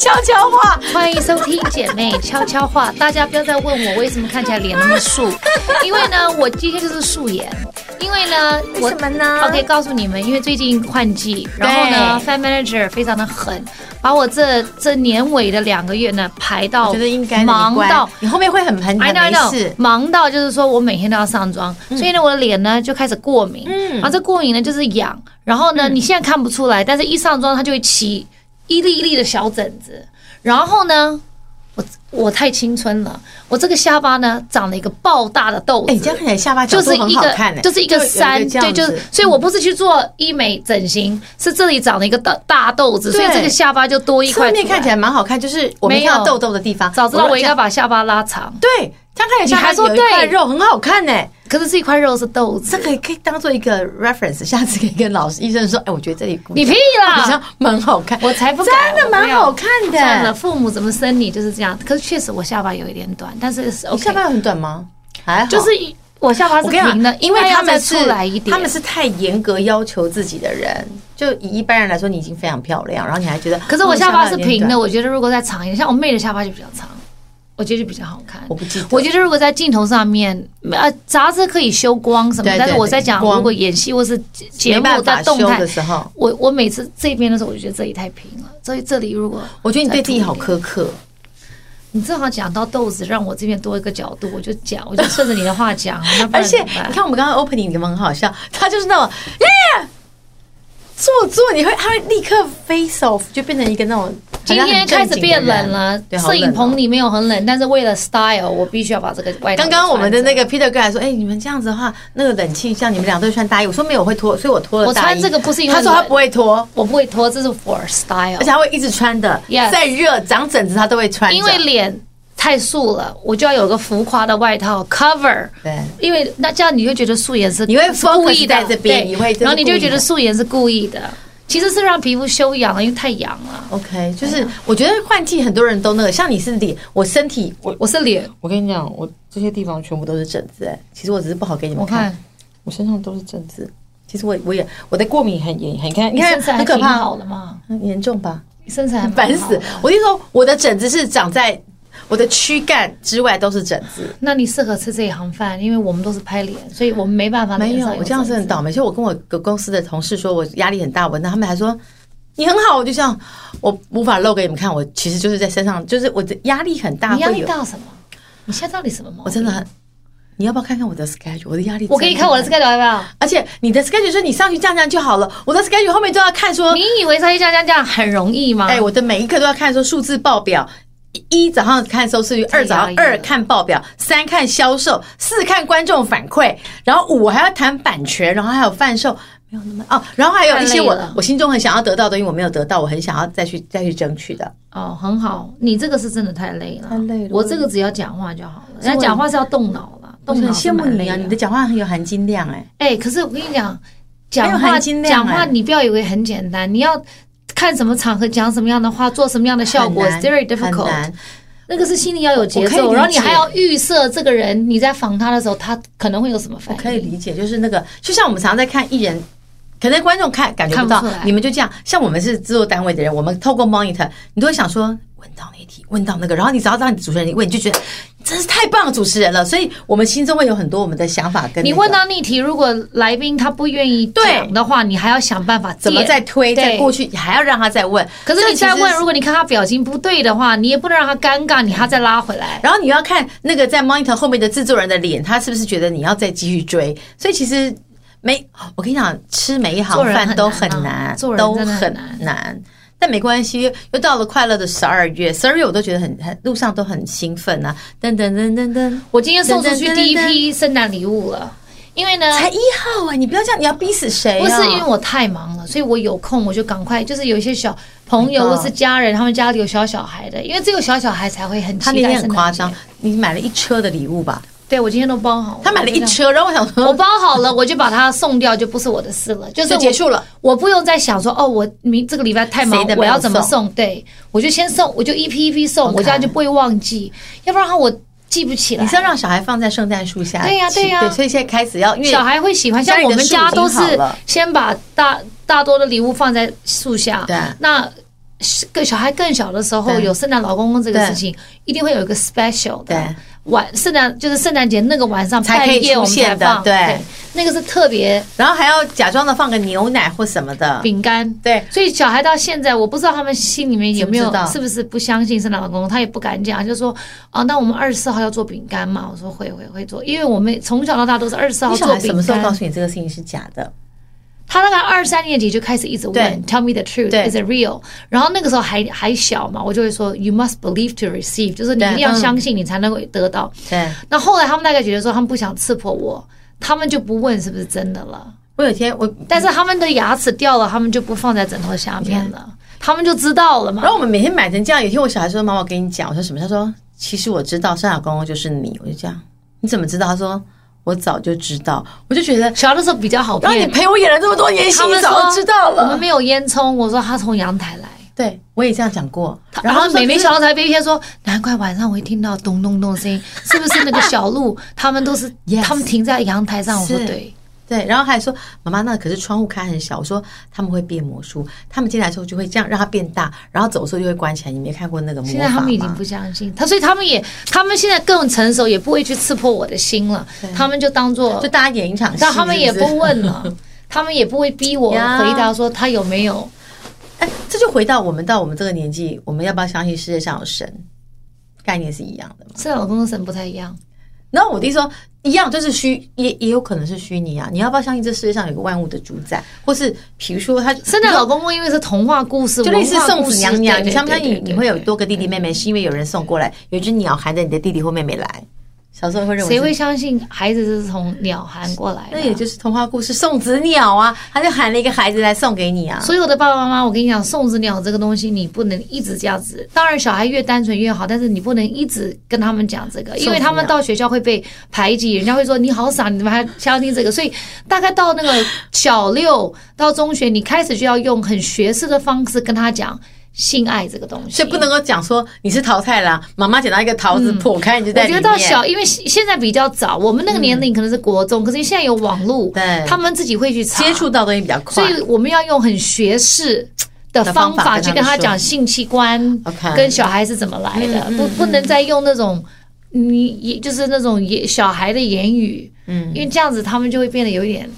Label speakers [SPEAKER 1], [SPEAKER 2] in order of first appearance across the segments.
[SPEAKER 1] 悄悄话。
[SPEAKER 2] 欢迎收听姐妹悄悄话，大家不要再问我为什么看起来脸那么素，因为呢，我今天就是素颜。因为呢，我
[SPEAKER 1] 为什么呢
[SPEAKER 2] ？OK，告诉你们，因为最近换季，然后呢，Fan Manager 非常的狠，把我这这年尾的两个月呢排到，
[SPEAKER 1] 我觉得应该
[SPEAKER 2] 忙到。
[SPEAKER 1] 你后面会很很
[SPEAKER 2] I
[SPEAKER 1] 很
[SPEAKER 2] know, I
[SPEAKER 1] 没
[SPEAKER 2] know，
[SPEAKER 1] 事，
[SPEAKER 2] 忙到就是说我每天都要上妆，所以呢，我的脸呢就开始过敏，
[SPEAKER 1] 嗯
[SPEAKER 2] 然后这过敏呢就是痒，然后呢，你现在看不出来，但是一上妆它就会起一粒一粒的小疹子，然后呢，我我太青春了，我这个下巴呢长了一个爆大的痘
[SPEAKER 1] 哎，
[SPEAKER 2] 子，
[SPEAKER 1] 你这样看起来下巴角
[SPEAKER 2] 就
[SPEAKER 1] 度
[SPEAKER 2] 是一
[SPEAKER 1] 很好
[SPEAKER 2] 个
[SPEAKER 1] 看，哎，
[SPEAKER 2] 就是一个
[SPEAKER 1] 有
[SPEAKER 2] 山，
[SPEAKER 1] 这
[SPEAKER 2] 对，
[SPEAKER 1] 样
[SPEAKER 2] 就是
[SPEAKER 1] 子，
[SPEAKER 2] 所以我不是去做医美整形，是这里长了一个大大痘子，所以
[SPEAKER 1] 对
[SPEAKER 2] 这个下巴就多一块。
[SPEAKER 1] 侧面看起
[SPEAKER 2] 来，
[SPEAKER 1] 来蛮好看，就是我们
[SPEAKER 2] 没有
[SPEAKER 1] 看到痘痘的地方，
[SPEAKER 2] 早知道我应该
[SPEAKER 1] 让
[SPEAKER 2] 把下巴拉长，
[SPEAKER 1] 对，这样看起来
[SPEAKER 2] 你
[SPEAKER 1] 下
[SPEAKER 2] 还说
[SPEAKER 1] 巴有一块
[SPEAKER 2] 对
[SPEAKER 1] 肉很好看呢。
[SPEAKER 2] 可是这一块肉是痘子
[SPEAKER 1] 这，个也可以当做一个 reference，下次可以跟老师医生说，哎，我觉得这里骨
[SPEAKER 2] 你屁
[SPEAKER 1] 好像
[SPEAKER 2] 啦！
[SPEAKER 1] 蛮好看，
[SPEAKER 2] 我才不
[SPEAKER 1] 真
[SPEAKER 2] 敢
[SPEAKER 1] 的蛮好看的。
[SPEAKER 2] 算了，父母怎么生你就是这样。可是确实我下巴有一点短，但是是
[SPEAKER 1] 你
[SPEAKER 2] OK，
[SPEAKER 1] 下巴很短吗？还好，
[SPEAKER 2] 就是我下巴是
[SPEAKER 1] 我跟你
[SPEAKER 2] 平的
[SPEAKER 1] 讲，，因为
[SPEAKER 2] 应该要
[SPEAKER 1] 他们
[SPEAKER 2] 再
[SPEAKER 1] 是
[SPEAKER 2] 出来一点，
[SPEAKER 1] 他们是太严格要求自己的人。就以一般人来说，你已经非常漂亮，然后你还觉得，
[SPEAKER 2] 可是我
[SPEAKER 1] 嗯
[SPEAKER 2] 下巴是平的，
[SPEAKER 1] 有点短
[SPEAKER 2] 我觉得如果再长一点，像我妹的下巴就比较长，我觉得就比较好看。
[SPEAKER 1] 我不记得
[SPEAKER 2] 我觉得如果在镜头上面，呃，杂志可以修光什么，
[SPEAKER 1] 对对
[SPEAKER 2] 但是我在讲
[SPEAKER 1] 对光
[SPEAKER 2] 如果演戏或是节节
[SPEAKER 1] 没
[SPEAKER 2] 目
[SPEAKER 1] 办法
[SPEAKER 2] 在动
[SPEAKER 1] 修
[SPEAKER 2] 态
[SPEAKER 1] 的时候，
[SPEAKER 2] 我我每次这边的时候，我就觉得这里太平了，所以这里如果
[SPEAKER 1] 我觉得你对自己好
[SPEAKER 2] 再凸一点
[SPEAKER 1] 苛刻。
[SPEAKER 2] 你正好讲到豆子，让我这边多一个角度，我就讲，我就顺着你的话讲，那不
[SPEAKER 1] 而
[SPEAKER 2] 然怎
[SPEAKER 1] 且
[SPEAKER 2] 么办
[SPEAKER 1] 你看，我们刚刚 opening 你们很好笑，他就是那种耶做作，你会他会立刻 face off，就变成一个那种
[SPEAKER 2] 今天开始变冷了，摄影棚
[SPEAKER 1] 里。
[SPEAKER 2] 里没有很冷，但是为了 style，我必须要把这个外套
[SPEAKER 1] 刚刚我们的
[SPEAKER 2] 穿着
[SPEAKER 1] 那个 Peter 哥还说，哎、你们这样子的话，那个冷气像你们俩都穿大衣，我说没有，我会脱，所以我脱了
[SPEAKER 2] 我
[SPEAKER 1] 大衣。
[SPEAKER 2] 穿这个不是因为哦
[SPEAKER 1] 他说他
[SPEAKER 2] 冷
[SPEAKER 1] 不会脱，
[SPEAKER 2] 我不会脱，这是 for style，
[SPEAKER 1] 而且他会一直穿的
[SPEAKER 2] Yes
[SPEAKER 1] 再热长疹子他都会穿着。
[SPEAKER 2] 因为脸太素了，我就要有个浮夸的外套 cover。
[SPEAKER 1] 对
[SPEAKER 2] 因为那这样你会觉得素颜是
[SPEAKER 1] 你会
[SPEAKER 2] 是故意
[SPEAKER 1] focus
[SPEAKER 2] 的
[SPEAKER 1] 在这边
[SPEAKER 2] 对
[SPEAKER 1] 你会这是
[SPEAKER 2] 然后你就
[SPEAKER 1] 故
[SPEAKER 2] 会
[SPEAKER 1] 意的
[SPEAKER 2] 觉得素颜是故意的，其实是让皮肤休养了，因为太痒了。
[SPEAKER 1] OK，就是
[SPEAKER 2] 哎
[SPEAKER 1] 我觉得换季很多人都那个，像你是脸，我身体我
[SPEAKER 2] 我是脸，
[SPEAKER 1] 我跟你讲，我这些地方全部都是疹子、哎，其实我只是不好给你们
[SPEAKER 2] 我看
[SPEAKER 1] 我身上都是疹子。其实我我也我的过敏很严，很你看你
[SPEAKER 2] 你
[SPEAKER 1] 看
[SPEAKER 2] 身材
[SPEAKER 1] 很
[SPEAKER 2] 还
[SPEAKER 1] 可
[SPEAKER 2] 挺
[SPEAKER 1] 怕，
[SPEAKER 2] 好的嘛，
[SPEAKER 1] 很严重吧？
[SPEAKER 2] 你身材还蛮
[SPEAKER 1] 烦
[SPEAKER 2] 好
[SPEAKER 1] 死
[SPEAKER 2] 的！
[SPEAKER 1] 我就说我的疹子是长在我的躯干之外都是疹子。
[SPEAKER 2] 那你适合吃这一行饭，因为我们都是拍脸，所以我们没办法
[SPEAKER 1] 没
[SPEAKER 2] 脸
[SPEAKER 1] 有，
[SPEAKER 2] 上
[SPEAKER 1] 我这样是
[SPEAKER 2] 疹
[SPEAKER 1] 很
[SPEAKER 2] 子
[SPEAKER 1] 倒霉。所以我跟我个公司的同事说我压力很大，我那他们还说你很好，我就这样，我无法露给你们看，我其实就是在身上，就是我的压力很大，
[SPEAKER 2] 你压
[SPEAKER 1] 会
[SPEAKER 2] 力
[SPEAKER 1] 有，
[SPEAKER 2] 大什么？你现在到底什么毛病？
[SPEAKER 1] 我真的很。你要不要看看我的 schedule？我的压力，
[SPEAKER 2] 我给你看我的 schedule 要不要？
[SPEAKER 1] 而且你的 schedule 说你上去这样这样就好了，我的 schedule 后面都要看说，
[SPEAKER 2] 你以为上去这样这样这样很容易吗？
[SPEAKER 1] 哎，我的每一课都要看说数字报表。一一早上看收视率，
[SPEAKER 2] 太
[SPEAKER 1] 二早
[SPEAKER 2] 压
[SPEAKER 1] 上
[SPEAKER 2] 抑了
[SPEAKER 1] 二看报表，三看销售，四看观众反馈，然后五我还要谈版权，然后还有贩售，没有那么哦，然后还有一些
[SPEAKER 2] 太累
[SPEAKER 1] 我
[SPEAKER 2] 了
[SPEAKER 1] 我心中很想要得到的，因为我没有得到，我很想要再去再去争取的。
[SPEAKER 2] 哦，很好，你这个是真的太累了，
[SPEAKER 1] 太累了
[SPEAKER 2] 我这个只要讲话就好了，
[SPEAKER 1] 所以
[SPEAKER 2] 人家讲话是要动脑了，
[SPEAKER 1] 我
[SPEAKER 2] 动
[SPEAKER 1] 很
[SPEAKER 2] 脑
[SPEAKER 1] 羡
[SPEAKER 2] 是
[SPEAKER 1] 慕
[SPEAKER 2] 蛮累
[SPEAKER 1] 你啊，你的讲话很有含金量哎、
[SPEAKER 2] 哎、可是我跟你讲，
[SPEAKER 1] 很有
[SPEAKER 2] 讲
[SPEAKER 1] 含
[SPEAKER 2] 话
[SPEAKER 1] 金量
[SPEAKER 2] 讲话
[SPEAKER 1] 哎
[SPEAKER 2] 你不要以为很简单，你要看什么场合讲什么样的话，做什么样的效果
[SPEAKER 1] 很难
[SPEAKER 2] ，it's very
[SPEAKER 1] 很
[SPEAKER 2] difficult
[SPEAKER 1] 难。。
[SPEAKER 2] 那个是心里要有节
[SPEAKER 1] 我可以理
[SPEAKER 2] 奏，
[SPEAKER 1] 解
[SPEAKER 2] 然后你还要预设这个人，你在访他的时候，他可能会有什么反
[SPEAKER 1] 我
[SPEAKER 2] 应。
[SPEAKER 1] 可以理解，就是那个，就像我们常常在看艺人，可能观众看感觉不到
[SPEAKER 2] 看不出，来
[SPEAKER 1] 你们就这样。像我们是制作单位的人，我们透过 monitor，你都会想说问到那一题，问到那个，然后你只要让你主持人一问，你就觉得真是太棒的主持人了。所以我们心中会有很多我们的想法跟、
[SPEAKER 2] 你问。到那题，如果来宾他不愿意
[SPEAKER 1] 对
[SPEAKER 2] 讲的话，你还要想办法
[SPEAKER 1] 怎么
[SPEAKER 2] 垫
[SPEAKER 1] 再推
[SPEAKER 2] 对
[SPEAKER 1] 再过去，还要让他再问。
[SPEAKER 2] 可是
[SPEAKER 1] 这
[SPEAKER 2] 你
[SPEAKER 1] 其实
[SPEAKER 2] 再问，如果你看他表情不对的话，你也不能让他尴尬，你还要再拉回来。
[SPEAKER 1] 然后你要看那个在 monitor 后面的制作人的脸，他是不是觉得你要再继续追？所以其实没，我跟你讲，吃每一行
[SPEAKER 2] 做人很
[SPEAKER 1] 饭
[SPEAKER 2] 难
[SPEAKER 1] 都很
[SPEAKER 2] 啊
[SPEAKER 1] 难，
[SPEAKER 2] 做人
[SPEAKER 1] 都
[SPEAKER 2] 真的
[SPEAKER 1] 很
[SPEAKER 2] 很难
[SPEAKER 1] 难。但没关系，又到了快乐的十二月，十二月我都觉得很很路上都很兴奋啊！噔噔噔噔噔，
[SPEAKER 2] 我今天送出去第一批圣诞礼物了，因为呢，
[SPEAKER 1] 才一号啊！你不要这样，你要逼死谁、啊？
[SPEAKER 2] 不是因为我太忙了，所以我有空我就赶快，就是有一些小朋友
[SPEAKER 1] My God
[SPEAKER 2] 或是家人，他们家里有小小孩的，因为只有小小孩才会很
[SPEAKER 1] 他
[SPEAKER 2] 期
[SPEAKER 1] 那
[SPEAKER 2] 待
[SPEAKER 1] 天
[SPEAKER 2] 圣
[SPEAKER 1] 很
[SPEAKER 2] 诞
[SPEAKER 1] 夸
[SPEAKER 2] 节
[SPEAKER 1] 张。，你买了一车的礼物吧？
[SPEAKER 2] 对我今天都包好了，
[SPEAKER 1] 他买了一
[SPEAKER 2] 我就这样。
[SPEAKER 1] 车，然后我想
[SPEAKER 2] 哦我
[SPEAKER 1] 说，
[SPEAKER 2] 包好了，我就把它送掉，就不是我的事了，就是
[SPEAKER 1] 就
[SPEAKER 2] 我
[SPEAKER 1] 结束了。
[SPEAKER 2] 我不用再想说哦，我明这个礼拜太忙
[SPEAKER 1] 谁的，没
[SPEAKER 2] 我
[SPEAKER 1] 有
[SPEAKER 2] 要怎么
[SPEAKER 1] 送
[SPEAKER 2] 送？对，我就先送，我就一批一批送，
[SPEAKER 1] OK
[SPEAKER 2] 我这样就不会忘记，要不然的话我记不起来
[SPEAKER 1] 你是。要让小孩放在圣诞树下？
[SPEAKER 2] 对呀对呀
[SPEAKER 1] 所以现在开始要，因为
[SPEAKER 2] 小孩会喜欢，像我们家都是
[SPEAKER 1] 家里的树已经好了
[SPEAKER 2] 先把大大多的礼物放在树下，
[SPEAKER 1] 对
[SPEAKER 2] 那。更小孩更小的时候
[SPEAKER 1] 对
[SPEAKER 2] 有圣诞老公公这个
[SPEAKER 1] 对
[SPEAKER 2] 事情，一定会有一个 special 的
[SPEAKER 1] 对
[SPEAKER 2] 晚圣诞，就是圣诞节那个晚上
[SPEAKER 1] 才可以
[SPEAKER 2] 半夜我们
[SPEAKER 1] 出现
[SPEAKER 2] 才
[SPEAKER 1] 的
[SPEAKER 2] 放，
[SPEAKER 1] 对嗯
[SPEAKER 2] 那个是特别
[SPEAKER 1] 然后还要假装的放个牛奶或什么的，
[SPEAKER 2] 饼干。
[SPEAKER 1] 对，
[SPEAKER 2] 所以小孩到现在，我不知道他们心里面有没
[SPEAKER 1] 知
[SPEAKER 2] 有
[SPEAKER 1] 不知道
[SPEAKER 2] 是不是不相信圣诞老公公，他也不敢讲，就说啊，那我们二十四号要做饼干嘛？我说会会会做，因为我们从小到大都是二十四号
[SPEAKER 1] 你小
[SPEAKER 2] 做
[SPEAKER 1] 孩什么
[SPEAKER 2] 饼
[SPEAKER 1] 时候告
[SPEAKER 2] 干。
[SPEAKER 1] 诉你这个事情是假的？
[SPEAKER 2] 他大概二三年级就开始一直问
[SPEAKER 1] 对
[SPEAKER 2] ，Tell me the truth,
[SPEAKER 1] 对
[SPEAKER 2] is it real？然后那个时候还还小嘛，我就会说，You must believe to receive，就是你一
[SPEAKER 1] 对
[SPEAKER 2] 定要
[SPEAKER 1] 嗯
[SPEAKER 2] 相信，你才能够得到。
[SPEAKER 1] 对，
[SPEAKER 2] 那后来他们大概觉得说，他们不想刺破我，他们就不问是不是真的了。
[SPEAKER 1] 我有一天我，
[SPEAKER 2] 但是他们的牙齿掉了，他们就不放在枕头下面
[SPEAKER 1] 嗯
[SPEAKER 2] 了，他们就知道了嘛
[SPEAKER 1] 然。后我们每天买成这样，有一天我小孩说：“妈妈，我跟你讲，我说什么？”他说：“其实我知道，圣老公公就是你。”我就这样，你怎么知道？他说：“我早就知道。”我就觉得，
[SPEAKER 2] 小的时候比较好
[SPEAKER 1] 然后你
[SPEAKER 2] 骗，
[SPEAKER 1] 陪我演了这么多年戏，
[SPEAKER 2] 他
[SPEAKER 1] 你
[SPEAKER 2] 们
[SPEAKER 1] 早就
[SPEAKER 2] 说嗯
[SPEAKER 1] 知道
[SPEAKER 2] 我们
[SPEAKER 1] 了。
[SPEAKER 2] 没有烟囱，我说他从阳台来。
[SPEAKER 1] 对，我也这样讲过。
[SPEAKER 2] 然后
[SPEAKER 1] 他说
[SPEAKER 2] 美眉
[SPEAKER 1] 可是
[SPEAKER 2] 小的才被骗说，难怪晚上我会听到咚咚咚的 声音，是不是那个小路？他们都是
[SPEAKER 1] Yes
[SPEAKER 2] 他们停在阳台上。我说
[SPEAKER 1] 是
[SPEAKER 2] 对，
[SPEAKER 1] 对，然后还说妈妈，那可是窗户开很小。我说他们会变魔术，他们进来之后就会这样让它变大，然后走的时候就会关起来。你没看过那个魔法
[SPEAKER 2] 现在他们已经
[SPEAKER 1] 吗
[SPEAKER 2] 不相信他，所以他们也他们现在更成熟，也不会去刺破我的心了，他们就当做
[SPEAKER 1] 就大家演一场戏，
[SPEAKER 2] 但他们也
[SPEAKER 1] 是不是
[SPEAKER 2] 不问了，他们也不会逼我
[SPEAKER 1] 呀
[SPEAKER 2] 回答说他有没有。
[SPEAKER 1] 哎，这就回到我们到我们这个年纪，我们要不要相信世界上有神？概念是一样的嘛。
[SPEAKER 2] 圣诞老公公神不太一样，
[SPEAKER 1] 然后我弟说，一样就是虚，也也有可能是虚拟啊。你要不要相信这世界上有个万物的主宰，或是比如说他
[SPEAKER 2] 圣诞老公公因为是童话故事，
[SPEAKER 1] 就类似
[SPEAKER 2] 文化
[SPEAKER 1] 送
[SPEAKER 2] 故
[SPEAKER 1] 子
[SPEAKER 2] 事
[SPEAKER 1] 娘娘，你相不相
[SPEAKER 2] 对对
[SPEAKER 1] 信
[SPEAKER 2] 对
[SPEAKER 1] 你会有
[SPEAKER 2] 对
[SPEAKER 1] 多个弟弟妹妹，是因为有人送过来，有一只鸟含着你的弟弟或妹妹来？小时候会认为
[SPEAKER 2] 谁
[SPEAKER 1] 是
[SPEAKER 2] 会相信孩子是从鸟喊过来的？
[SPEAKER 1] 那也就是童话故事送子鸟啊，他就喊了一个孩子来送给你啊。
[SPEAKER 2] 所有的爸爸妈妈，我跟你讲，送子鸟这个东西，你不能一直这样子。当然，小孩越单纯越好，但是你不能一直跟他们讲这个，因为他们到学校会被排挤，人家会说你好傻，你怎么还相信这个？所以大概到那个小六到中学，你开始就要用很学识的方式跟他讲性爱这个东西，
[SPEAKER 1] 所以不能。够讲说你是淘汰啦，妈妈捡到一个桃子破开你就
[SPEAKER 2] 嗯我
[SPEAKER 1] 在里
[SPEAKER 2] 觉得
[SPEAKER 1] 面。
[SPEAKER 2] 到小，因为现在比较早，我们那个年龄可能是国中，可是现在有网络，
[SPEAKER 1] 嗯对
[SPEAKER 2] 他们自己会去查
[SPEAKER 1] 接触到东西比较快
[SPEAKER 2] 所，以我们要用很学识的方法去跟他讲性器官
[SPEAKER 1] OK
[SPEAKER 2] 跟小孩是怎么来的，不不能再用那种你也就是那种也小孩的言语，嗯，因为这样子他们就会变得有一点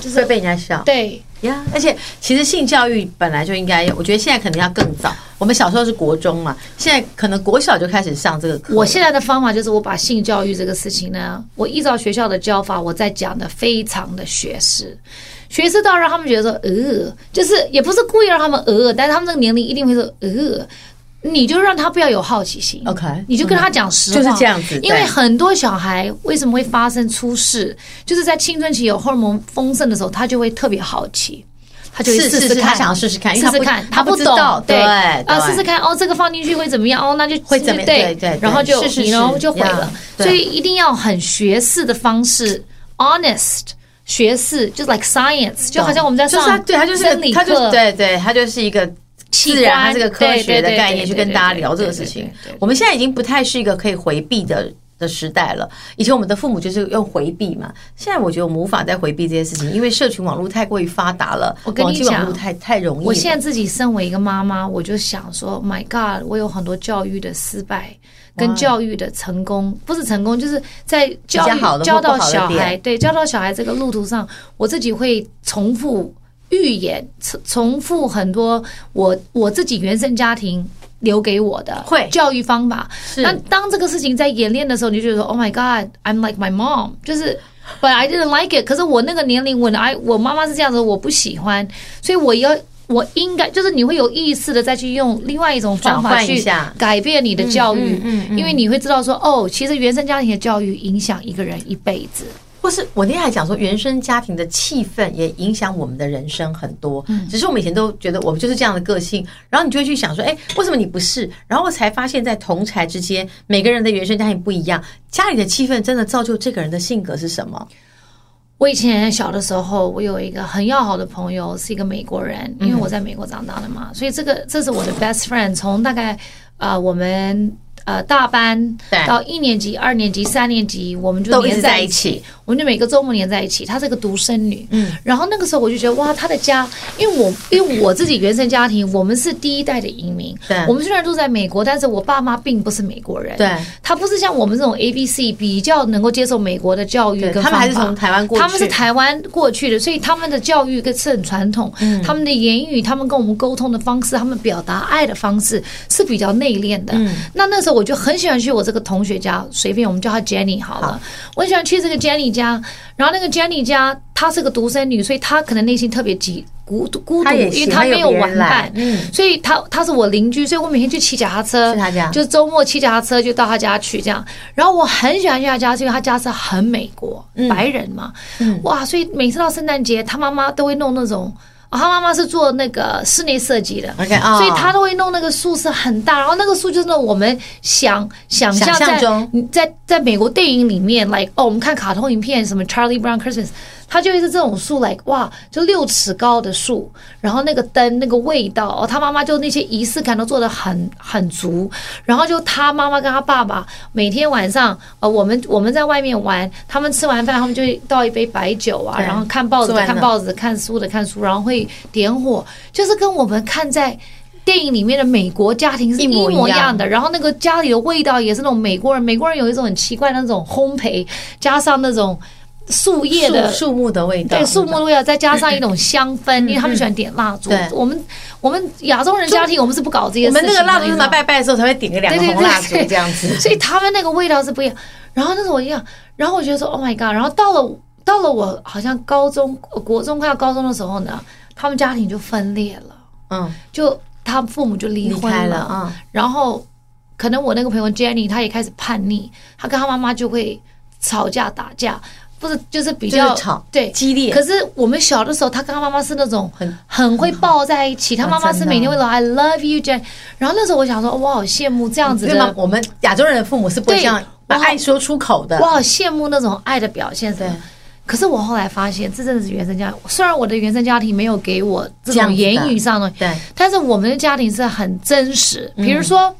[SPEAKER 1] 就是会被人家笑。
[SPEAKER 2] 对。
[SPEAKER 1] 呀而且其实性教育本来就应该，我觉得现在可能要更早。我们小时候是国中嘛，现在可能国小就开始上这个课。
[SPEAKER 2] 我现在的方法就是我把性教育这个事情呢，我依照学校的教法，我在讲的非常的学识。学识到让他们觉得说，呃，就是也不是故意让他们呃，但是他们这个年龄一定会说，呃，你就让他不要有好奇心
[SPEAKER 1] OK，嗯
[SPEAKER 2] 你就跟他讲实话，
[SPEAKER 1] 就是这样子
[SPEAKER 2] 因为
[SPEAKER 1] 对
[SPEAKER 2] 很多小孩为什么会发生出事，就是在青春期有荷尔蒙丰盛的时候，他就会特别好奇，他就会
[SPEAKER 1] 是
[SPEAKER 2] 试
[SPEAKER 1] 是是
[SPEAKER 2] 试看，
[SPEAKER 1] 他想要试试看因
[SPEAKER 2] 试
[SPEAKER 1] 为他
[SPEAKER 2] 试
[SPEAKER 1] 不
[SPEAKER 2] 看，
[SPEAKER 1] 他不
[SPEAKER 2] 不
[SPEAKER 1] 知
[SPEAKER 2] 懂
[SPEAKER 1] 道，
[SPEAKER 2] 对，
[SPEAKER 1] 对
[SPEAKER 2] 啊，
[SPEAKER 1] 对
[SPEAKER 2] 试试看，哦，这个放进去会怎么样？哦，那就
[SPEAKER 1] 会怎么样对
[SPEAKER 2] 对
[SPEAKER 1] 对
[SPEAKER 2] 然后就
[SPEAKER 1] 对是是
[SPEAKER 2] 你然后
[SPEAKER 1] 是
[SPEAKER 2] 就毁了
[SPEAKER 1] 呀，
[SPEAKER 2] 所
[SPEAKER 1] 对
[SPEAKER 2] 以一定要很学士的方式，honest。学士就是 like science，就好像我们在
[SPEAKER 1] 就
[SPEAKER 2] 上
[SPEAKER 1] 是他，对他就是
[SPEAKER 2] 生理
[SPEAKER 1] 个他就是
[SPEAKER 2] 课
[SPEAKER 1] 对对，他就是一个
[SPEAKER 2] 器
[SPEAKER 1] 自然，
[SPEAKER 2] 官
[SPEAKER 1] 它是个科
[SPEAKER 2] 对
[SPEAKER 1] 学的
[SPEAKER 2] 对
[SPEAKER 1] 概
[SPEAKER 2] 对
[SPEAKER 1] 念去
[SPEAKER 2] 对
[SPEAKER 1] 跟大家
[SPEAKER 2] 对
[SPEAKER 1] 聊这
[SPEAKER 2] 对
[SPEAKER 1] 个
[SPEAKER 2] 对
[SPEAKER 1] 事情
[SPEAKER 2] 对对对。
[SPEAKER 1] 我们现在已经不太是一个可以回避的。的时代了，以前我们的父母就是用回避嘛，现在我觉得我们无法再回避这些事情，因为社群网络太过于发达了，
[SPEAKER 2] 我跟你
[SPEAKER 1] 网际网
[SPEAKER 2] 讲
[SPEAKER 1] 络太太容易了。
[SPEAKER 2] 我现在自己身为一个妈妈，我就想说，My God，我有很多教育的失败跟教育的成功，不是成功，就是在教
[SPEAKER 1] 比较好
[SPEAKER 2] 育
[SPEAKER 1] 的
[SPEAKER 2] 教
[SPEAKER 1] 或不
[SPEAKER 2] 到
[SPEAKER 1] 好的
[SPEAKER 2] 小孩，
[SPEAKER 1] 点
[SPEAKER 2] 对，教到小孩这个路途上，我自己会重复预言，重重复很多我我自己原生家庭。留给我的
[SPEAKER 1] 会
[SPEAKER 2] 教育方法，那当这个事情在演练的时候，你就觉得说 “Oh my God, I'm like my mom”，就是，but I didn't like it。可是我那个年龄，我拿我妈妈是这样子，我不喜欢，所以我要我应该就是你会有意识的再去用另外一种方
[SPEAKER 1] 转
[SPEAKER 2] 法
[SPEAKER 1] 换一
[SPEAKER 2] 去
[SPEAKER 1] 下
[SPEAKER 2] 改变你的教育，
[SPEAKER 1] 嗯嗯嗯
[SPEAKER 2] 因为你会知道说哦，其实原生家庭的教育影响一个人一辈子。
[SPEAKER 1] 或是我那天还讲说，原生家庭的气氛也影响我们的人生很多。
[SPEAKER 2] 嗯
[SPEAKER 1] 只是我们以前都觉得我们就是这样的个性，然后你就会去想说，哎，为什么你不是？然后我才发现，在同才之间，每个人的原生家庭不一样，家里的气氛真的造就这个人的性格是什么。
[SPEAKER 2] 我以前小的时候，我有一个很要好的朋友，是一个美国人，
[SPEAKER 1] 嗯
[SPEAKER 2] 因为我在美国长大的嘛，所以这个这是我的 best friend，从大概啊、呃我们呃大班
[SPEAKER 1] 对
[SPEAKER 2] 到一年级、二年级、三年级，我们就
[SPEAKER 1] 都一直
[SPEAKER 2] 黏
[SPEAKER 1] 在
[SPEAKER 2] 一
[SPEAKER 1] 一起，
[SPEAKER 2] 我们就每个周末黏在一起。她是个独生女，
[SPEAKER 1] 嗯，
[SPEAKER 2] 然后那个时候我就觉得哇，她的家，因为我因为我自己原生家庭，我们是第一代的移民，
[SPEAKER 1] 对
[SPEAKER 2] 我们虽然住在美国，但是我爸妈并不是美国人，
[SPEAKER 1] 对，
[SPEAKER 2] 他不是像我们这种 A B C 比较能够接受美国的教育
[SPEAKER 1] 对
[SPEAKER 2] 跟方
[SPEAKER 1] 他
[SPEAKER 2] 法，
[SPEAKER 1] 们还是从台湾过去
[SPEAKER 2] 他们是台湾过去的，所以他们的教育跟是很传统，
[SPEAKER 1] 嗯
[SPEAKER 2] 他们的言语，他们跟我们沟通的方式，他们表达爱的方式是比较内敛的。
[SPEAKER 1] 嗯
[SPEAKER 2] 那那时候我就很喜欢去我这个同学家，随便我们叫她 Jenny 好了，我很喜欢去这个 Jenny 家，然后那个 Jenny 家她是个独生女，所以她可能内心特别急。孤独孤独，
[SPEAKER 1] 她也
[SPEAKER 2] 因为
[SPEAKER 1] 喜
[SPEAKER 2] 她
[SPEAKER 1] 欢有
[SPEAKER 2] 没有
[SPEAKER 1] 别人
[SPEAKER 2] 玩伴
[SPEAKER 1] 来，嗯
[SPEAKER 2] 所以她她是我邻居，所以我每天就骑脚踏车，
[SPEAKER 1] 去她家
[SPEAKER 2] 就周末骑脚踏车就到他家去这样。然后我很喜欢去他家，是因为他家是很美国、
[SPEAKER 1] 嗯
[SPEAKER 2] 白人嘛，哇，所以每次到圣诞节，他妈妈都会弄那种。啊他妈妈是做那个室内设计的
[SPEAKER 1] OK，啊
[SPEAKER 2] 所以他都会弄那个树是很大，然后那个树就是那种我们想想象
[SPEAKER 1] 想象
[SPEAKER 2] 在
[SPEAKER 1] 中
[SPEAKER 2] 你在在美国电影里面，like 哦，我们看卡通影片，什么 Charlie Brown Christmas，它就会是这种树，like 哇，就六尺高的树，然后那个灯，那个味道，哦，他妈妈就那些仪式感都做得很很足，然后就他妈妈跟他爸爸每天晚上，呃，我们我们在外面玩，他们吃完饭，他们就会倒一杯白酒啊，
[SPEAKER 1] 对
[SPEAKER 2] 然后看报
[SPEAKER 1] 吃
[SPEAKER 2] 纸的
[SPEAKER 1] 完了
[SPEAKER 2] 看报纸，看书的看书，然后会点火，就是跟我们看在。电影里面的美国家庭是一
[SPEAKER 1] 一模一
[SPEAKER 2] 模一
[SPEAKER 1] 样
[SPEAKER 2] 样的。然后那个家里的味道也是那种美国人，美国人有一种很奇怪的那种烘焙，加上那种树叶的
[SPEAKER 1] 树树木的味道，
[SPEAKER 2] 对树木的味道，再加上一种香 氛，因为他们喜欢点蜡烛
[SPEAKER 1] 对。
[SPEAKER 2] 我们我们亚洲人家庭，我们是不搞这些
[SPEAKER 1] 我
[SPEAKER 2] 事
[SPEAKER 1] 们
[SPEAKER 2] 情的。
[SPEAKER 1] 那个蜡烛
[SPEAKER 2] 你
[SPEAKER 1] 是
[SPEAKER 2] 知
[SPEAKER 1] 拿
[SPEAKER 2] 道吗
[SPEAKER 1] 拜拜的时候才会点个两个
[SPEAKER 2] 对对
[SPEAKER 1] 红蜡烛
[SPEAKER 2] 对对
[SPEAKER 1] 这样子。
[SPEAKER 2] 所以他们那个味道是不一样。然后那时候我一样，然后我觉得说 Oh my God！然后到了到了我好像高中、呃国中快要高中的时候呢，他们家庭就分裂了，
[SPEAKER 1] 嗯，
[SPEAKER 2] 就他父母就离
[SPEAKER 1] 离
[SPEAKER 2] 婚
[SPEAKER 1] 开了
[SPEAKER 2] 了
[SPEAKER 1] 啊，
[SPEAKER 2] 然后可能我那个朋友 Jenny 她也开始叛逆，她跟她妈妈就会吵架打架，不是就是比较
[SPEAKER 1] 就是吵
[SPEAKER 2] 对
[SPEAKER 1] 激烈
[SPEAKER 2] 可是我们小的时候，她跟她妈妈是那种
[SPEAKER 1] 很
[SPEAKER 2] 很会抱在一起，她妈妈
[SPEAKER 1] 真
[SPEAKER 2] 是
[SPEAKER 1] 的
[SPEAKER 2] 每天会说 I love you Jenny，然后那时候我想说，我好羡慕这样子
[SPEAKER 1] 因为嘛
[SPEAKER 2] 的。
[SPEAKER 1] 我们亚洲人的父母是不会
[SPEAKER 2] 对
[SPEAKER 1] 这样把
[SPEAKER 2] 我好
[SPEAKER 1] 爱说出口的
[SPEAKER 2] 我。好羡慕那种爱的表现，
[SPEAKER 1] 对。
[SPEAKER 2] 可是我后来发现，这真的是原生家庭。虽然我的原生家庭没有给我这
[SPEAKER 1] 这样
[SPEAKER 2] 种
[SPEAKER 1] 子的
[SPEAKER 2] 言语上的，
[SPEAKER 1] 对
[SPEAKER 2] 但是我们的家庭是很真实。
[SPEAKER 1] 嗯
[SPEAKER 2] 比如说，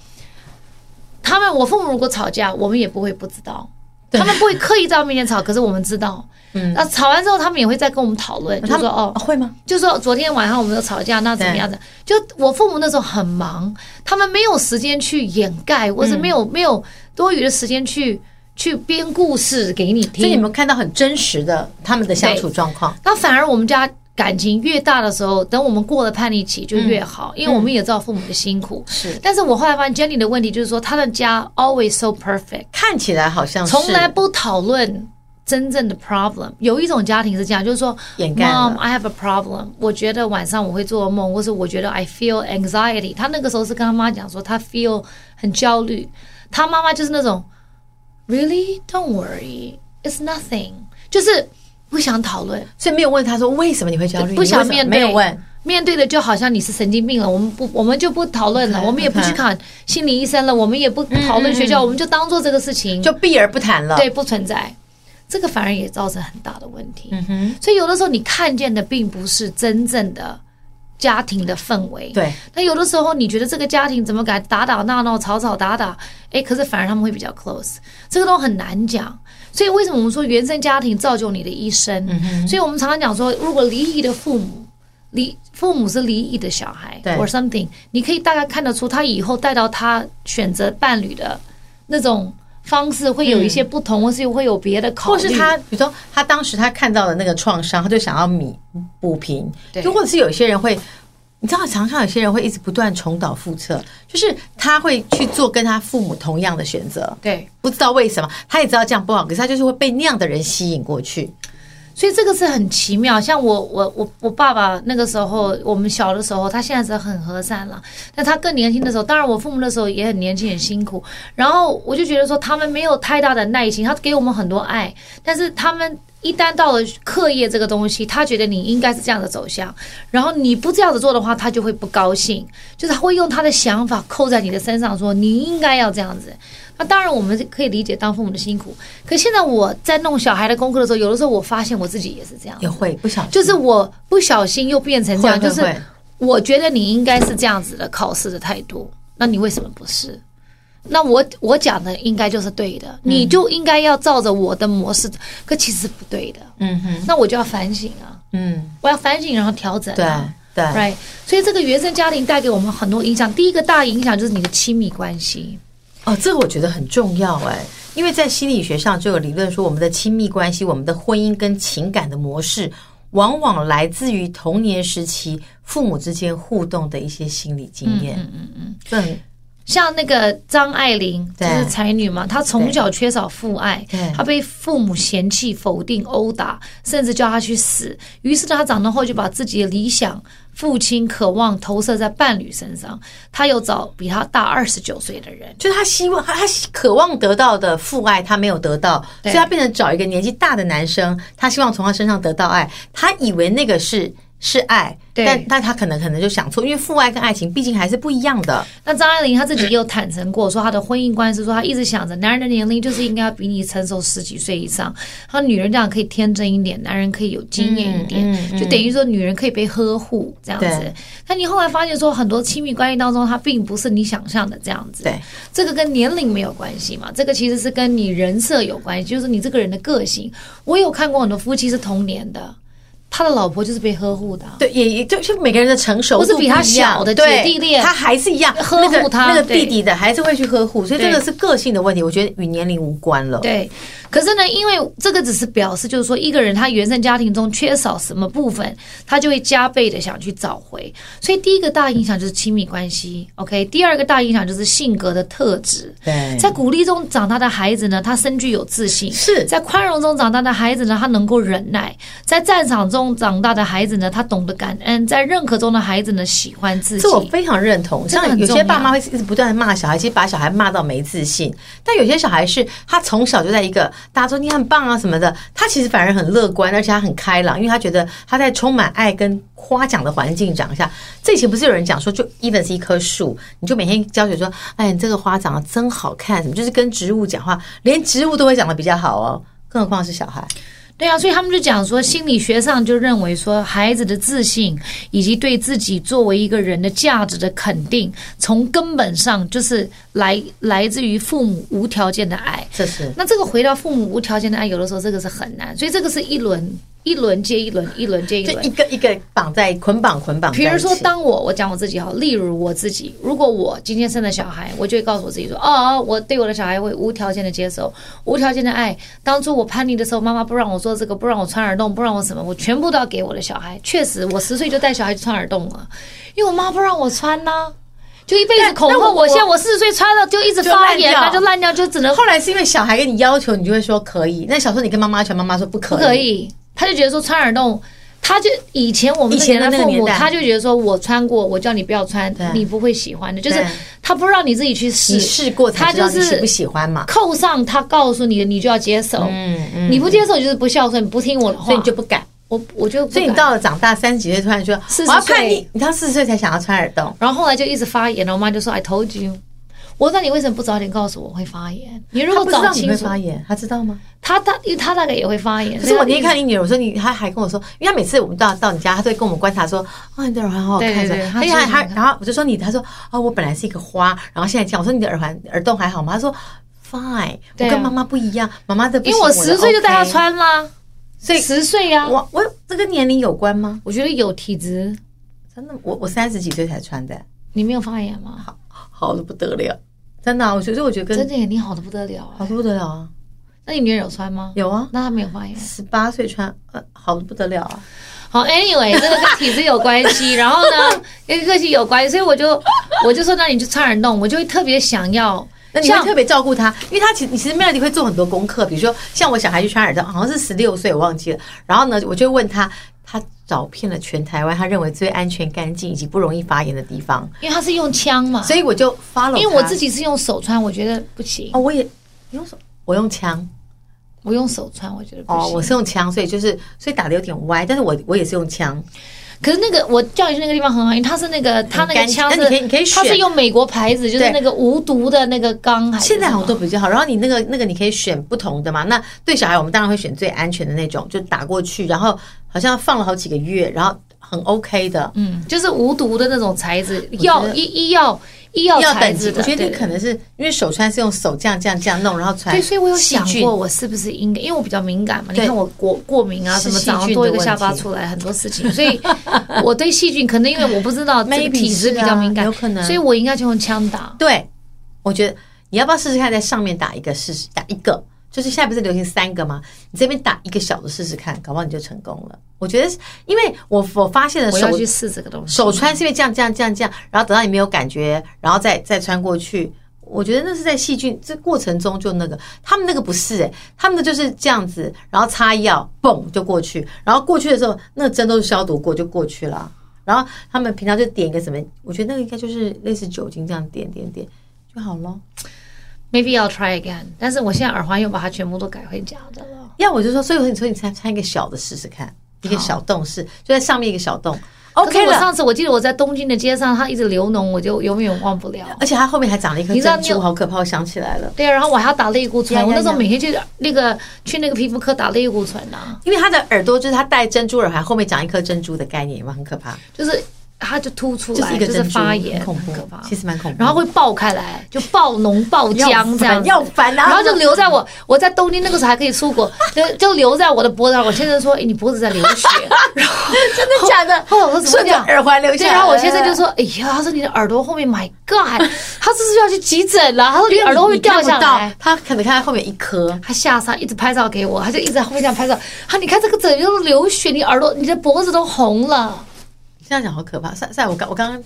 [SPEAKER 2] 他们我父母如果吵架，我们也不会不知道。他们不会刻意在我面 前吵，可是我们知道。嗯，那吵完之后，他们也会再跟我们讨论，就
[SPEAKER 1] 他
[SPEAKER 2] 是
[SPEAKER 1] 们
[SPEAKER 2] 说哦，
[SPEAKER 1] 会吗？
[SPEAKER 2] 就说昨天晚上我们都吵架，那怎么样的？就我父母那时候很忙，他们没有时间去掩盖，或
[SPEAKER 1] 嗯
[SPEAKER 2] 是没有、没有多余的时间去去编故事给你
[SPEAKER 1] 所以你
[SPEAKER 2] 听。
[SPEAKER 1] 们看到很真实的他们的相处状况。
[SPEAKER 2] 那反而我们家感情越大的时候，等我们过了叛逆期就越好，
[SPEAKER 1] 嗯
[SPEAKER 2] 因为我们也知道父母的辛苦。
[SPEAKER 1] 是
[SPEAKER 2] 但是我后来发现 Jenny 的问题就是说，她的家 always so perfect。
[SPEAKER 1] 看起来好像是
[SPEAKER 2] 从来不讨论真正的 problem。有一种家庭是这样，就是说
[SPEAKER 1] 掩盖了
[SPEAKER 2] ，Mom, I have a problem。我觉得晚上我会做梦，或是我觉得 I feel anxiety。他那个时候是跟他妈讲说，他 feel 很焦虑。他妈妈就是那种，Really, don't worry, it's nothing，就是不想讨论。
[SPEAKER 1] 所以没有问他说为什么你会焦虑，
[SPEAKER 2] 不想
[SPEAKER 1] 你为什么
[SPEAKER 2] 面对，
[SPEAKER 1] 没有问，
[SPEAKER 2] 面对的就好像你是神经病了，我们不，我们就不讨论了，
[SPEAKER 1] OK，
[SPEAKER 2] 我们也不
[SPEAKER 1] OK
[SPEAKER 2] 去看心理医生了，我们也不讨论学校，我们就啊当做这个事情
[SPEAKER 1] 就避而不谈了。
[SPEAKER 2] 对，不存在，这个反而也造成很大的问题。
[SPEAKER 1] 哼
[SPEAKER 2] 所以有的时候你看见的并不是真正的家庭的氛围，
[SPEAKER 1] 对。
[SPEAKER 2] 那有的时候你觉得这个家庭怎么敢打打闹闹、吵吵打打，哎，可是反而他们会比较 close，这个都很难讲。所以为什么我们说原生家庭造就你的一生？
[SPEAKER 1] 嗯
[SPEAKER 2] 所以我们常常讲说，如果离异的父母，离父母是离异的小孩
[SPEAKER 1] 对
[SPEAKER 2] ，or something，你可以大概看得出他以后带到他选择伴侣的那种方式会有一些不同，或是会有别的
[SPEAKER 1] 嗯
[SPEAKER 2] 考
[SPEAKER 1] 或
[SPEAKER 2] 虑。
[SPEAKER 1] 是他，比如说他当时他看到的那个创伤，他就想要弥补平。
[SPEAKER 2] 对
[SPEAKER 1] 就或者是有些人会，你知道，常常有些人会一直不断重蹈覆辙，就是他会去做跟他父母同样的选择，
[SPEAKER 2] 对，
[SPEAKER 1] 不知道为什么，他也知道这样不好，可是他就是会被那样的人吸引过去。
[SPEAKER 2] 所以这个是很奇妙。像我我我我爸爸那个时候，我们小的时候，他现在是很和善了。但他更年轻的时候，当然我父母那时候也很年轻，很辛苦。然后我就觉得说，他们没有太大的耐心，他给我们很多爱，但是他们。一旦到了课业这个东西，他觉得你应该是这样的走向，然后你不这样子做的话，他就会不高兴，就是他会用他的想法扣在你的身上，说你应该要这样子。那当然，我们可以理解当父母的辛苦，可现在我在弄小孩的功课的时候，有的时候我发现我自己也是这样
[SPEAKER 1] 也，会不小心，
[SPEAKER 2] 就是我不小心又变成这样，
[SPEAKER 1] 会
[SPEAKER 2] 就
[SPEAKER 1] 会
[SPEAKER 2] 是
[SPEAKER 1] 会
[SPEAKER 2] 我觉得你应该是这样子的考试的态度，那你为什么不是？那我我讲的应该就是对的，
[SPEAKER 1] 嗯
[SPEAKER 2] 你就应该要照着我的模式，可其实不对的。
[SPEAKER 1] 嗯哼，
[SPEAKER 2] 那我就要反省啊，
[SPEAKER 1] 嗯，
[SPEAKER 2] 我要反省，然后调整、
[SPEAKER 1] 对
[SPEAKER 2] 啊。
[SPEAKER 1] 对，
[SPEAKER 2] Right，所以这个原生家庭带给我们很多影响。第一个大影响就是你的亲密关系，
[SPEAKER 1] 哦，这个我觉得很重要哎，因为在心理学上就有理论说，我们的亲密关系、我们的婚姻跟情感的模式，往往来自于童年时期父母之间互动的一些心理经验。嗯嗯嗯，这很
[SPEAKER 2] 像那个张爱玲，就
[SPEAKER 1] 对
[SPEAKER 2] 是才女嘛，她从小缺少父爱
[SPEAKER 1] 对，
[SPEAKER 2] 她被父母嫌弃、否定、殴打，甚至叫她去死。于是她长大后就把自己的理想、父亲渴望投射在伴侣身上，她又找比她大二十九岁的人。
[SPEAKER 1] 就他希望他他渴望得到的父爱，他没有得到，
[SPEAKER 2] 对
[SPEAKER 1] 所以他变成找一个年纪大的男生，他希望从他身上得到爱，他以为那个是是爱，
[SPEAKER 2] 对
[SPEAKER 1] 但但他可能可能就想错，因为父爱跟爱情毕竟还是不一样的。
[SPEAKER 2] 那张爱玲她自己也有坦诚过，说她的婚姻观是说，她一直想着男人的年龄就是应该要比你成熟十几岁以上，她女人这样可以天真一点，男人可以有经验一点，
[SPEAKER 1] 嗯嗯嗯
[SPEAKER 2] 就等于说女人可以被呵护这样子
[SPEAKER 1] 对。
[SPEAKER 2] 但你后来发现说，很多亲密关系当中，它并不是你想象的这样子。
[SPEAKER 1] 对，
[SPEAKER 2] 这个跟年龄没有关系嘛，这个其实是跟你人设有关系，就是你这个人的个性。我有看过很多夫妻是同年的，他的老婆就是被呵护的啊、
[SPEAKER 1] 对，也也就就每个人的成熟
[SPEAKER 2] 或是
[SPEAKER 1] 度
[SPEAKER 2] 比他
[SPEAKER 1] 不一样
[SPEAKER 2] 小的
[SPEAKER 1] 对
[SPEAKER 2] 姐弟恋
[SPEAKER 1] 他还是一样
[SPEAKER 2] 呵护
[SPEAKER 1] 那个
[SPEAKER 2] 他
[SPEAKER 1] 那个
[SPEAKER 2] 对
[SPEAKER 1] 弟弟的还是会去呵护，所以
[SPEAKER 2] 对
[SPEAKER 1] 这个是个性的问题，我觉得与年龄无关了。
[SPEAKER 2] 对，可是呢，因为这个只是表示，就是说一个人他原生家庭中缺少什么部分，他就会加倍的想去找回。所以第一个大影响就是亲密关系，OK。第二个大影响就是性格的特质。
[SPEAKER 1] 对
[SPEAKER 2] 在鼓励中长大的孩子呢，他深具有自信；
[SPEAKER 1] 是
[SPEAKER 2] 在宽容中长大的孩子呢，他能够忍耐；在战场中长大的孩子呢，他懂得感恩；在认可中的孩子呢，喜欢自己。
[SPEAKER 1] 这我非常认同。
[SPEAKER 2] 这个
[SPEAKER 1] 像
[SPEAKER 2] 很
[SPEAKER 1] 有
[SPEAKER 2] 重
[SPEAKER 1] 些
[SPEAKER 2] 要
[SPEAKER 1] 爸妈会一直不断的骂小孩，其实把小孩骂到没自信。但有些小孩是他从小就在一个大家说你很棒啊什么的，他其实反而很乐观，而且他很开朗，因为他觉得他在充满爱跟夸奖的环境长下。这以前不是有人讲说，就 even 是一棵树，你就每天浇水说，哎，你这个花长得真好看，什么就是跟植物讲话，连植物都会讲的比较好哦，更何况是小孩。
[SPEAKER 2] 对啊，所以他们就讲说，心理学上就认为说，孩子的自信以及对自己作为一个人的价值的肯定，从根本上就是来来自于父母无条件的爱。
[SPEAKER 1] 这是
[SPEAKER 2] 那这个回到父母无条件的爱，有的时候这个是很难，所以这个是一轮一轮接一轮，一轮接一
[SPEAKER 1] 就
[SPEAKER 2] 轮
[SPEAKER 1] 一。个一个绑在捆绑捆绑在一
[SPEAKER 2] 比
[SPEAKER 1] 起。
[SPEAKER 2] 如说，当我我讲我自己好，例如我自己，如果我今天生了小孩，我就会告诉我自己说，哦，我对我的小孩会无条件的接受，无条件的爱。当初我叛逆的时候，妈妈不让我做这个，不让我穿耳洞，不让我什么，我全部都要给我的小孩。确实，我十岁就带小孩去穿耳洞了，因为我妈不让我穿呐、就一辈子
[SPEAKER 1] 但
[SPEAKER 2] 恐
[SPEAKER 1] 但
[SPEAKER 2] 吓
[SPEAKER 1] 我
[SPEAKER 2] 我。现在我四十岁穿了就一直
[SPEAKER 1] 就
[SPEAKER 2] 发
[SPEAKER 1] 烂
[SPEAKER 2] 炎啊，
[SPEAKER 1] 掉
[SPEAKER 2] 就烂掉，就只能
[SPEAKER 1] 后来是因为小孩跟你要求，你就会说可以。那小时候你跟妈妈讲，妈妈说不可
[SPEAKER 2] 不
[SPEAKER 1] 以。
[SPEAKER 2] 可以。他就觉得说穿耳洞，他就以前我们
[SPEAKER 1] 以前的
[SPEAKER 2] 那
[SPEAKER 1] 那个
[SPEAKER 2] 个父母，
[SPEAKER 1] 年代
[SPEAKER 2] 他就觉得说我穿过，我叫你不要穿
[SPEAKER 1] 对，
[SPEAKER 2] 你不会喜欢的，就是
[SPEAKER 1] 对
[SPEAKER 2] 他不让你自己去
[SPEAKER 1] 你
[SPEAKER 2] 试，
[SPEAKER 1] 试过才知道
[SPEAKER 2] 他就
[SPEAKER 1] 你
[SPEAKER 2] 是
[SPEAKER 1] 喜不喜欢嘛，
[SPEAKER 2] 扣上他告诉你的，你就要接受。
[SPEAKER 1] 嗯嗯
[SPEAKER 2] 你不接受就是不孝顺，不听我的话，
[SPEAKER 1] 所以你就不敢。
[SPEAKER 2] 我我就不
[SPEAKER 1] 所以你
[SPEAKER 2] 敢
[SPEAKER 1] 到了长大三十几岁，突然说
[SPEAKER 2] 40
[SPEAKER 1] 我要叛逆
[SPEAKER 2] 岁，
[SPEAKER 1] 你到四十岁才想要穿耳洞，
[SPEAKER 2] 然后后来就一直发炎，然后我妈就说 I told you。我说你为什么不早点告诉我会发炎？你如
[SPEAKER 1] 他
[SPEAKER 2] 果
[SPEAKER 1] 不知
[SPEAKER 2] 早
[SPEAKER 1] 道你
[SPEAKER 2] 清
[SPEAKER 1] 会
[SPEAKER 2] 楚，
[SPEAKER 1] 发炎，他知道吗？
[SPEAKER 2] 他大因为他大概也会发炎。
[SPEAKER 1] 可是我那天
[SPEAKER 2] 所以
[SPEAKER 1] 看你女儿，我说你，她还跟我说，因为她每次我们到到你家，她都会跟我们观察说，啊，你的耳环好好看，
[SPEAKER 2] 对对对
[SPEAKER 1] 什么
[SPEAKER 2] 她
[SPEAKER 1] 哎呀，
[SPEAKER 2] 就是
[SPEAKER 1] 她
[SPEAKER 2] 那个
[SPEAKER 1] 然后我就说你，她说哦，我本来是一个花，然后现在这样，我说你的耳环耳洞还好吗？她说 fine，
[SPEAKER 2] 对
[SPEAKER 1] 我
[SPEAKER 2] 啊
[SPEAKER 1] 跟妈妈不一样，妈妈的不
[SPEAKER 2] 因
[SPEAKER 1] 行
[SPEAKER 2] 为我十岁就带他，
[SPEAKER 1] 的 OK
[SPEAKER 2] 穿啦，
[SPEAKER 1] 所以
[SPEAKER 2] 十岁呀、
[SPEAKER 1] 我我这跟年龄有关吗？
[SPEAKER 2] 我觉得有体质，
[SPEAKER 1] 真的，我我三十几岁才穿的，
[SPEAKER 2] 你没有发炎吗？
[SPEAKER 1] 好的不得了，真的啊、我觉得我觉得
[SPEAKER 2] 真
[SPEAKER 1] 跟
[SPEAKER 2] 的耶，你好的不得了
[SPEAKER 1] 好
[SPEAKER 2] 哎。
[SPEAKER 1] 的不得了啊，
[SPEAKER 2] 那你女儿有穿吗？
[SPEAKER 1] 有啊，
[SPEAKER 2] 那她没有发炎。
[SPEAKER 1] 十八岁穿，呃，好的不得了啊，
[SPEAKER 2] 好，anyway，这个跟体质有关系，然后呢， 跟个性有关系，所以我就我就说，那你就穿耳洞，我就会特别想要。
[SPEAKER 1] 那你会
[SPEAKER 2] 像
[SPEAKER 1] 特别照顾他，因为他其实你其实 Melody 会做很多功课，比如说像我小孩去穿耳洞，好像是十六岁我忘记了，然后呢，我就问他，他找遍了全台湾他认为最安全、干净以及不容易发炎的地方，
[SPEAKER 2] 因为她是用枪嘛，
[SPEAKER 1] 所以我就 follow，
[SPEAKER 2] 因为我
[SPEAKER 1] 他
[SPEAKER 2] 自己是用手穿，我觉得不行
[SPEAKER 1] 哦，。我也你用手，我用枪。
[SPEAKER 2] 我用手穿，我觉得不行。
[SPEAKER 1] 哦，我是用枪，所以就是所以打的有点歪，但是我我也是用枪，
[SPEAKER 2] 可是那个我叫你去那个地方很好，因为它是那个它那个
[SPEAKER 1] 干净
[SPEAKER 2] 枪是
[SPEAKER 1] 那你可以你可以
[SPEAKER 2] 它是
[SPEAKER 1] 选
[SPEAKER 2] 用美国牌子，就是
[SPEAKER 1] 对
[SPEAKER 2] 那个无毒的那个钢还是什
[SPEAKER 1] 现
[SPEAKER 2] 么。
[SPEAKER 1] 在好像都比较好。然后你那个那个你可以选不同的嘛。那对小孩，我们当然会选最安全的那种，就打过去，然后好像放了好几个月，然后很 OK 的。
[SPEAKER 2] 嗯嗯，就是无毒的那种材质，药
[SPEAKER 1] 觉得
[SPEAKER 2] 医医药医药
[SPEAKER 1] 要
[SPEAKER 2] 材
[SPEAKER 1] 等级
[SPEAKER 2] 质，的，
[SPEAKER 1] 我觉得
[SPEAKER 2] 对
[SPEAKER 1] 你可能是因为手穿是用手这样这样这样弄，然后传
[SPEAKER 2] 对，所以我有想
[SPEAKER 1] 细菌
[SPEAKER 2] 过，我是不是应该，因为我比较敏感嘛，你
[SPEAKER 1] 对
[SPEAKER 2] 看我过过敏啊，
[SPEAKER 1] 是
[SPEAKER 2] 什么
[SPEAKER 1] 细
[SPEAKER 2] 长
[SPEAKER 1] 菌
[SPEAKER 2] 多
[SPEAKER 1] 的
[SPEAKER 2] 一个
[SPEAKER 1] 问
[SPEAKER 2] 下巴
[SPEAKER 1] 题
[SPEAKER 2] 出来，很多事情，所以我对细菌可能因为我不知道这个
[SPEAKER 1] Maybe
[SPEAKER 2] 体质
[SPEAKER 1] 是
[SPEAKER 2] 比较
[SPEAKER 1] 啊
[SPEAKER 2] 敏 感，
[SPEAKER 1] 有可能
[SPEAKER 2] 所以我应该就用枪打。
[SPEAKER 1] 对，我觉得你要不要试试看，在上面打一个试试，打一个，就是现在不是流行三个吗？你这边打一个小的试试看，搞不好你就成功了。我觉得是，因为我我发现了
[SPEAKER 2] 我
[SPEAKER 1] 手
[SPEAKER 2] 要去试这个东西。
[SPEAKER 1] 手穿是因为这样这样这样这样，然后等到你没有感觉，然后再再穿过去。我觉得那是在细菌这过程中就那个，他们那个不是诶、欸他们的就是这样子，然后擦药，嘣就过去，然后过去的时候，那个针都是消毒过就过去了。然后他们平常就点一个什么，我觉得那个应该就是类似酒精这样点点点就好咯。
[SPEAKER 2] Maybe I'll try again，但是我现在耳环又把它全部都改回假的了。
[SPEAKER 1] 要我就说，所以我说你说你穿穿一个小的试试看，一个小洞是就在上面一个小洞
[SPEAKER 2] 可
[SPEAKER 1] ，OK
[SPEAKER 2] 是我
[SPEAKER 1] 了。
[SPEAKER 2] 上次我记得我在东京的街上，它一直流脓，我就永远忘不了。
[SPEAKER 1] 而且它后面还长了一颗
[SPEAKER 2] 你知道
[SPEAKER 1] 珍
[SPEAKER 2] 你有
[SPEAKER 1] 珠，好可怕！我想起来了。
[SPEAKER 2] 对啊，然后我还要打类固醇，
[SPEAKER 1] 呀呀
[SPEAKER 2] 我那时候
[SPEAKER 1] 呀
[SPEAKER 2] 每天去那个去那个皮肤科打类固醇呐、啊，
[SPEAKER 1] 因为他的耳朵就是他戴珍珠耳环，后面长一颗珍珠的概念，有没有很可怕？
[SPEAKER 2] 就是它就凸出
[SPEAKER 1] 就是
[SPEAKER 2] 来，
[SPEAKER 1] 一个
[SPEAKER 2] 就是
[SPEAKER 1] 珍珠，
[SPEAKER 2] 发炎，
[SPEAKER 1] 很恐怖，
[SPEAKER 2] 很可怕。
[SPEAKER 1] 其实蛮恐怖。
[SPEAKER 2] 然后会爆开来，就爆脓爆浆这样子
[SPEAKER 1] 要烦要烦啊
[SPEAKER 2] 然后就留在我，我在东京那个时候还可以出国，就就留在我的脖子上。我先生说：“哎，你脖子在流血。 然后
[SPEAKER 1] 真的假的？
[SPEAKER 2] 后来我说：“怎么会
[SPEAKER 1] 顺
[SPEAKER 2] 这
[SPEAKER 1] 着
[SPEAKER 2] 样？”
[SPEAKER 1] 耳环留下
[SPEAKER 2] 对，
[SPEAKER 1] 来。
[SPEAKER 2] 然后我先生就说：“哎呀，他说你的耳朵后面，My God，他这是要去急诊啊了。”他说：“你
[SPEAKER 1] 因为
[SPEAKER 2] 耳朵会不会掉下
[SPEAKER 1] 你看
[SPEAKER 2] 来
[SPEAKER 1] 不到，。”他可能看到后面一颗。
[SPEAKER 2] 他吓傻，一直拍照给我，他就一直在后面这样拍照。他你看这个整个都流血，你耳朵、你的脖子都红了。
[SPEAKER 1] 这样讲好可怕。算算了，我刚我刚刚